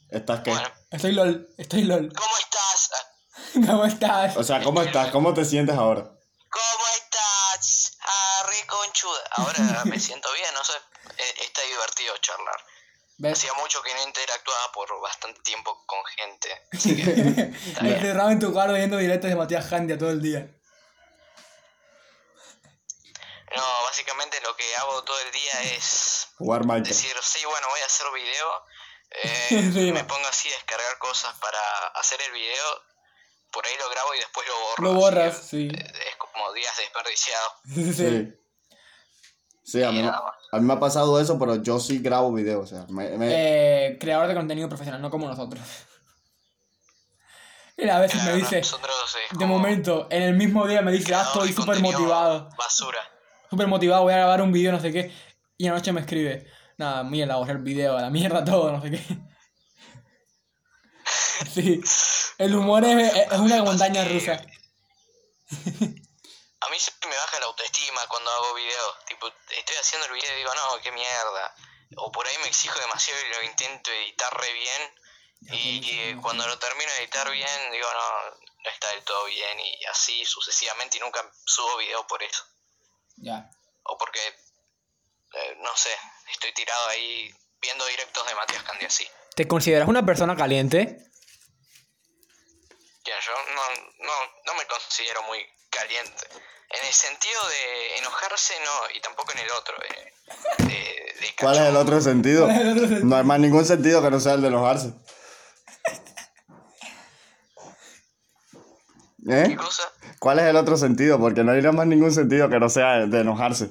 Speaker 1: ¿Estás qué?
Speaker 3: Bueno,
Speaker 2: Estoy LOL, estoy LOL.
Speaker 3: ¿cómo estás?
Speaker 2: ¿Cómo estás?
Speaker 1: O sea, ¿cómo estás? ¿Cómo te sientes ahora?
Speaker 3: ¿Cómo estás? Ah, reconchuda. Ahora me siento bien, no sé. Eh, Está divertido charlar.
Speaker 2: ¿Ves?
Speaker 3: Hacía mucho que no interactuaba por bastante tiempo con gente.
Speaker 2: Encerrado en tu cuarto viendo directos de Matías Handia todo el día.
Speaker 3: No, básicamente lo que hago todo el día es
Speaker 1: Jugar Minecraft.
Speaker 3: decir, sí, bueno, voy a hacer video. Eh,
Speaker 2: Sí,
Speaker 3: me
Speaker 2: va.
Speaker 3: pongo así a descargar cosas para hacer el video. Por ahí lo grabo y después lo borro.
Speaker 2: Lo
Speaker 3: así
Speaker 2: borras,
Speaker 3: que,
Speaker 2: sí.
Speaker 3: eh, Es como días desperdiciados.
Speaker 2: Sí, sí.
Speaker 1: Sí. Sí, a mí, me- a mí me ha pasado eso, pero yo sí grabo videos. O sea, me- me-
Speaker 2: Eh, creador de contenido profesional, no como nosotros. Mira, a veces me
Speaker 3: Claro,
Speaker 2: dice,
Speaker 3: nosotros es
Speaker 2: de
Speaker 3: como
Speaker 2: momento, en el mismo día me dice, ah,
Speaker 3: creador
Speaker 2: estoy
Speaker 3: de
Speaker 2: súper
Speaker 3: contenido
Speaker 2: motivado.
Speaker 3: Basura.
Speaker 2: Súper motivado, voy a grabar un video, no sé qué. Y anoche me escribe, nada, mira, borré el video, a la mierda todo, no sé qué. Sí, el humor es, es- es una montaña rusa.
Speaker 3: A mí se me baja la autoestima cuando hago videos. Tipo, estoy haciendo el video y digo, no, qué mierda. O por ahí me exijo demasiado y lo intento editar re bien. Y, y, eh, cuando lo termino de editar bien, digo, no, no está del todo bien. Y así sucesivamente. Y nunca subo video por eso.
Speaker 2: Ya.
Speaker 3: O porque, eh, no sé, estoy tirado ahí viendo directos de Matías Candy así.
Speaker 2: ¿Te consideras una persona caliente?
Speaker 3: Ya, yo no, no, no me considero muy caliente. En el sentido de enojarse, no, y tampoco en el otro. eh, de, de
Speaker 1: ¿Cuál es el
Speaker 3: cachondo.
Speaker 1: otro sentido?
Speaker 2: ¿Cuál es el otro sentido?
Speaker 1: No hay más ningún sentido que no sea el de enojarse. ¿Eh?
Speaker 3: ¿Qué cosa?
Speaker 1: ¿Cuál es el otro sentido? Porque no hay más ningún sentido que no sea el de enojarse.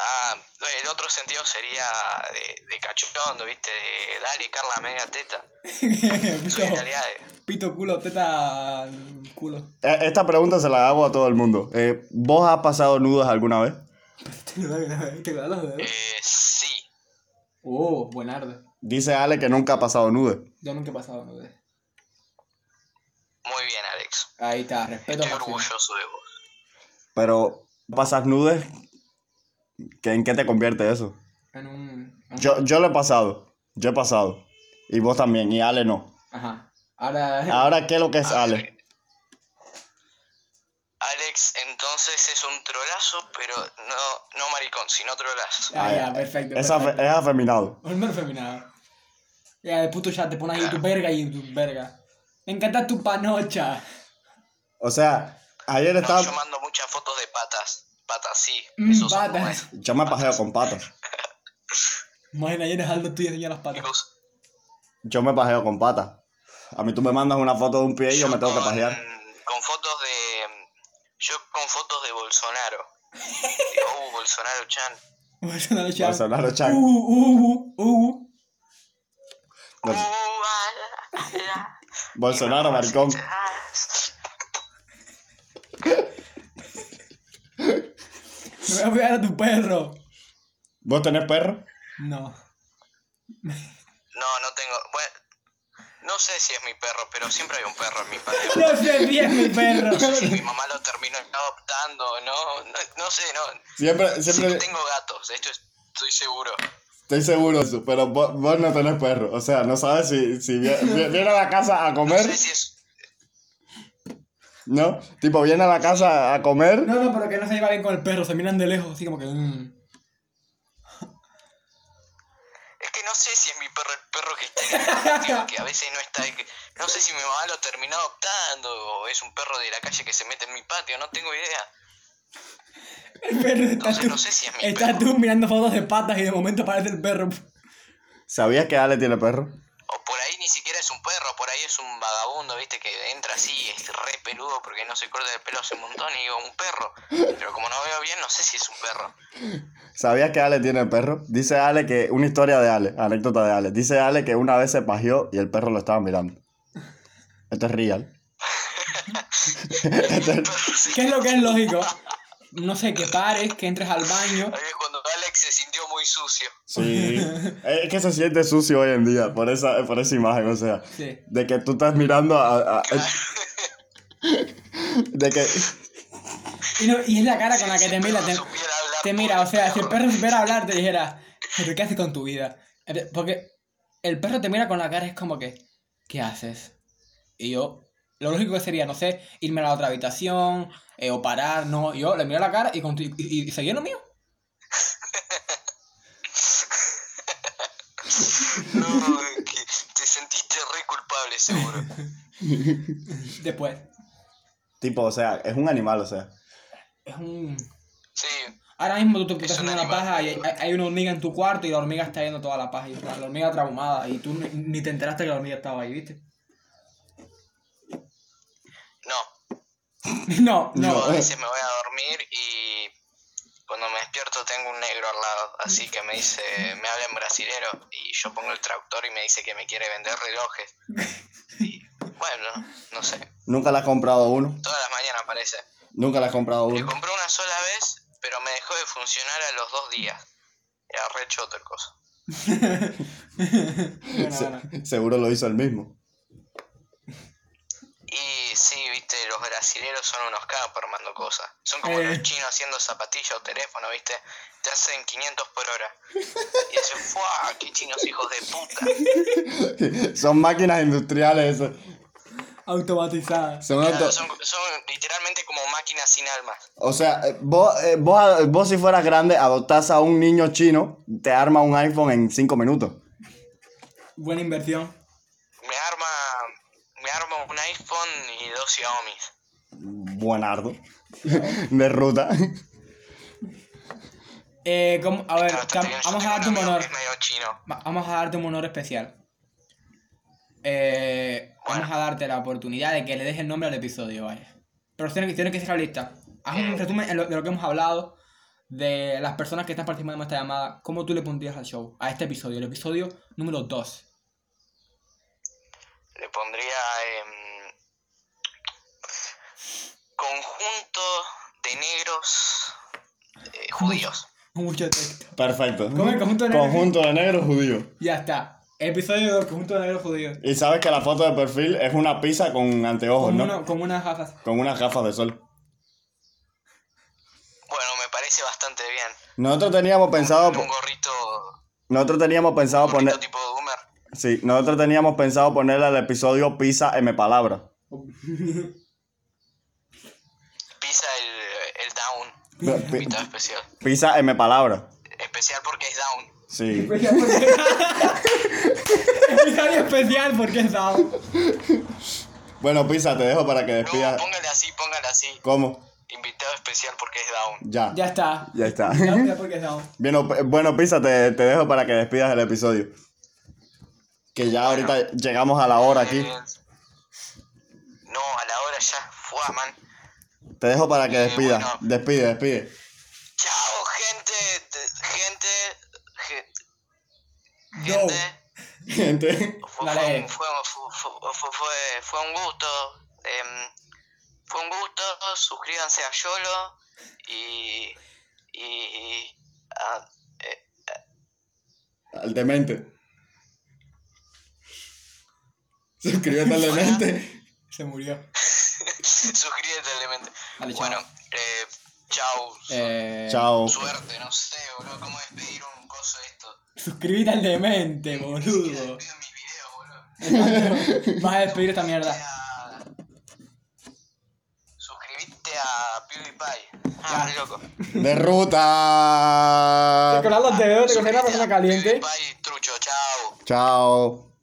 Speaker 3: Ah, el otro sentido sería de, de cachondo, ¿viste? De, dale, Carla, media teta. Soy
Speaker 2: pito,
Speaker 3: italiano.
Speaker 2: pito, culo, teta, culo.
Speaker 1: E- Esta pregunta se la hago a todo el mundo. Eh, ¿Vos has pasado nudos alguna vez?
Speaker 2: Te lo da- te lo da los dedos.
Speaker 3: Eh, sí.
Speaker 2: Oh, buenardo.
Speaker 1: Dice Ale que nunca ha pasado nudos.
Speaker 2: Yo nunca he pasado nudes.
Speaker 3: Muy bien, Alex.
Speaker 2: Ahí está, respeto.
Speaker 3: Estoy
Speaker 2: máximo.
Speaker 3: orgulloso de vos.
Speaker 1: Pero pasas nudes, ¿qué- ¿en qué te convierte eso?
Speaker 2: En un. en un-
Speaker 1: Yo, yo lo he pasado. Yo he pasado. Y vos también. Y Ale no.
Speaker 2: Ajá. Ahora.
Speaker 1: Ahora, ¿qué es lo que
Speaker 3: Ah,
Speaker 1: es Ale?
Speaker 3: Eh, Alex, entonces es un trolazo, pero no, no maricón, sino trolazo.
Speaker 2: Ah, ya, perfecto.
Speaker 1: Es, afe-
Speaker 2: perfecto.
Speaker 1: es afeminado.
Speaker 2: Hombre afeminado. Ya, de puto chat, te pones ahí tu verga y tu verga. Me encanta tu panocha.
Speaker 1: O sea, ayer
Speaker 3: No,
Speaker 1: estaba.
Speaker 3: yo mando muchas fotos de patas. Patas, sí.
Speaker 2: Mm,
Speaker 3: Eso son
Speaker 2: patas.
Speaker 3: buenas.
Speaker 1: Yo me pajeo con patas.
Speaker 2: Imagina, llenas algo tuyo y las patas.
Speaker 3: Chicos,
Speaker 1: Yo me pajeo con patas. A mí tú me mandas una foto de un pie y yo me tengo que
Speaker 3: con-
Speaker 1: pajear.
Speaker 3: Con fotos de. Yo con fotos de Bolsonaro. Digo, uh, Bolsonaro Chan.
Speaker 2: Bolsonaro chat.
Speaker 1: Bolsonaro
Speaker 2: Uh,
Speaker 1: Chan.
Speaker 2: uh, uh, uh.
Speaker 3: Uh,
Speaker 1: Bol-
Speaker 3: ah, la-
Speaker 1: Bolsonaro, maricón.
Speaker 3: ah.
Speaker 2: Me voy a pegar a tu perro.
Speaker 1: ¿Vos tenés perro?
Speaker 2: No.
Speaker 3: No, no tengo. Bueno, no sé si es mi perro, pero siempre hay un perro en mi patio.
Speaker 2: No sé si es mi perro.
Speaker 3: No sé si mi mamá lo terminó adoptando, no, no, no sé, no.
Speaker 1: Siempre, siempre
Speaker 3: Tengo gatos, esto es- estoy seguro.
Speaker 1: estoy seguro de eso, pero vos, vos no tenés perro. O sea, no sabes si, si vie- vi- viene, a la casa a
Speaker 3: No
Speaker 1: comer,
Speaker 3: sé si es.
Speaker 1: ¿no? Tipo, viene a la casa a comer.
Speaker 2: No, no, pero que no se lleva bien con el perro. Se miran de lejos, así como que. mm.
Speaker 3: Es que no sé si es mi perro el perro que está en el patio, que a veces no está. que- No sé si mi mamá lo terminó adoptando o es un perro de la calle que se mete en mi patio, no tengo idea.
Speaker 2: El perro está,
Speaker 3: Entonces
Speaker 2: tú,
Speaker 3: no sé si es mi
Speaker 2: está
Speaker 3: perro.
Speaker 2: tú mirando fotos de patas y de momento aparece el perro.
Speaker 1: ¿Sabías que Ale tiene perro?
Speaker 3: O por ahí ni siquiera es un perro, por ahí es un vagabundo, viste, que entra así, es re peludo porque no se corta el pelo hace un montón y digo, un perro. Pero como no veo bien, no sé si es un perro.
Speaker 1: ¿Sabías que Ale tiene perro? Dice Ale que. Una historia de Ale, anécdota de Ale. Dice Ale que una vez se pajeó y el perro lo estaba mirando. Esto es real. Esto es-
Speaker 2: ¿Qué es lo que es lógico? No sé, que pares, que entres al baño.
Speaker 3: Ahí es cuando Alex se sintió muy sucio.
Speaker 1: Sí. Es que se siente sucio hoy en día por esa, por esa imagen, o sea.
Speaker 2: Sí.
Speaker 1: De que tú estás mirando a. a- a- de que.
Speaker 2: Y, no- y es la cara con la que te mira. Te,
Speaker 3: Si el perro supiera hablar,
Speaker 2: te mira, o sea, si el
Speaker 3: pobre
Speaker 2: perro supiera hablar, te dijera, ¿pero qué haces con tu vida? Ente- Porque el perro te mira con la cara, es como que, ¿qué haces? Y yo, lo lógico que sería, no sé, irme a la otra habitación eh, o parar, no. Yo le miro la cara y, conti- y, y- y seguí en lo mío.
Speaker 3: No, que te sentiste re culpable, seguro.
Speaker 2: Después,
Speaker 1: Tipo, o sea, es un animal, o sea.
Speaker 2: es un.
Speaker 3: Sí,
Speaker 2: Ahora mismo tú te estás
Speaker 3: Es un
Speaker 2: haciendo la
Speaker 3: animal.
Speaker 2: paja y hay, hay una hormiga en tu cuarto y la hormiga está yendo toda la paja y la, la hormiga traumada y tú ni, ni te enteraste que la hormiga estaba ahí, ¿viste?
Speaker 3: no,
Speaker 2: No, no.
Speaker 3: Yo a veces me voy a dormir y cuando me despierto tengo un negro al lado, así que me dice, me habla en brasilero y yo pongo el traductor y me dice que me quiere vender relojes. Y bueno, no sé,
Speaker 1: Nunca le has comprado uno.
Speaker 3: todas las mañanas aparece.
Speaker 1: Nunca le has comprado
Speaker 3: Le
Speaker 1: uno.
Speaker 3: compré una sola vez, pero me dejó de funcionar a los dos días. Era re choto el coso.
Speaker 2: Bueno,
Speaker 1: Se-
Speaker 2: bueno.
Speaker 1: seguro lo hizo el mismo.
Speaker 3: Y sí, viste, los brasileros son unos capos armando cosas. Son como
Speaker 2: Eh.
Speaker 3: los chinos haciendo zapatillas o teléfono, viste. Te hacen 500 por hora. Y dices, ¡fuah! ¡Qué chinos hijos de puta!
Speaker 1: Son máquinas industriales, eso.
Speaker 2: Automatizada.
Speaker 1: Son
Speaker 3: Claro,
Speaker 1: auto-
Speaker 3: son, son literalmente como máquinas sin almas.
Speaker 1: O sea, eh, vos, eh, vos, vos si fueras grande, adoptás a un niño chino, te arma un iPhone en 5 minutos.
Speaker 2: Buena inversión.
Speaker 3: Me arma, me arma un iPhone y dos Xiaomi.
Speaker 1: Buenardo. De ruta.
Speaker 2: Eh, ¿cómo? A ver,
Speaker 3: Claro,
Speaker 2: cam-
Speaker 3: yo
Speaker 2: vamos a
Speaker 3: tengo
Speaker 2: darte un
Speaker 3: amigo que
Speaker 2: honor.
Speaker 3: Es medio chino.
Speaker 2: Va- Vamos a darte un honor especial. Eh, Vamos
Speaker 3: Bueno.
Speaker 2: a darte la oportunidad de que le des el nombre al episodio, vaya. Pero tienes que, tienes que ser realista. Haz un resumen en lo- de lo que hemos hablado, de las personas que están participando en esta llamada. ¿Cómo tú le pondrías al show, a este episodio, el episodio número 2?
Speaker 3: Le pondría em, conjunto de negros eh, judíos.
Speaker 2: Mucho texto.
Speaker 1: Perfecto.
Speaker 2: ¿Cómo el conjunto de negros?
Speaker 1: Conjunto de negros judíos.
Speaker 2: Ya está. Episodio del conjunto de negros judíos.
Speaker 1: Y sabes que la foto de perfil es una pizza con anteojos,
Speaker 2: Con,
Speaker 1: Oh, ¿no?
Speaker 2: uno- con unas gafas.
Speaker 1: Con unas gafas de sol.
Speaker 3: Bueno, me parece bastante bien.
Speaker 1: Nosotros teníamos pensado,
Speaker 3: un
Speaker 1: po-
Speaker 3: gorrito,
Speaker 1: nosotros teníamos pensado
Speaker 3: un gorrito
Speaker 1: poner,
Speaker 3: tipo Doomer.
Speaker 1: sí, nosotros teníamos pensado ponerle al episodio pizza M palabra.
Speaker 3: Pisa el, el down.
Speaker 1: Pe- pe-
Speaker 3: Invitado especial.
Speaker 1: Pizza M palabra.
Speaker 2: pues.
Speaker 3: Especial porque es down.
Speaker 1: Sí.
Speaker 2: Episodio especial porque es sábado.
Speaker 1: Bueno, Pisa, te dejo para que
Speaker 3: No,
Speaker 1: despidas.
Speaker 3: póngale así, póngale así.
Speaker 1: ¿Cómo?
Speaker 3: Invitado especial porque es Down.
Speaker 1: Ya.
Speaker 2: Ya está.
Speaker 1: Ya está.
Speaker 2: Ya está porque es sábado.
Speaker 1: Bueno, P- bueno Pisa, te, te dejo para que despidas el episodio. Que ya ahorita llegamos a la hora aquí.
Speaker 3: Eh, no, a la hora ya. Fua, man.
Speaker 1: Te dejo para que
Speaker 3: eh,
Speaker 1: despidas.
Speaker 3: bueno.
Speaker 1: Despide, despide.
Speaker 3: Chao, gente. te- Gente. ge-
Speaker 2: Yo.
Speaker 3: Gente.
Speaker 1: Gente.
Speaker 3: Fue,
Speaker 2: Dale.
Speaker 3: fue un- fue, fue- fue- fue- fue- fue un gusto. em, fue un gusto. Suscríbanse a Yolo. Y. Y. a- eh,
Speaker 1: Al demente. Suscríbete al
Speaker 3: Eh,
Speaker 1: demente.
Speaker 2: Se murió.
Speaker 3: suscríbete, Clemente.
Speaker 2: Dale, chao.
Speaker 3: Bueno, eh, chao.
Speaker 2: Eh,
Speaker 1: Chao.
Speaker 3: Suerte, no sé, boludo. ¿Cómo despedir un coso de esto?
Speaker 2: Suscríbete al demente,
Speaker 3: Ni siquiera
Speaker 2: boludo.
Speaker 3: despido mis videos, boludo.
Speaker 2: Vas a despedir esta mierda.
Speaker 3: a- Suscribite a PewDiePie. Ah, loco.
Speaker 1: De ruta.
Speaker 4: Con los dedos, te
Speaker 1: Ah.
Speaker 3: Suscribite
Speaker 4: consideras una persona
Speaker 3: a
Speaker 4: caliente.
Speaker 3: PewDiePie, trucho, chao.
Speaker 1: Chao.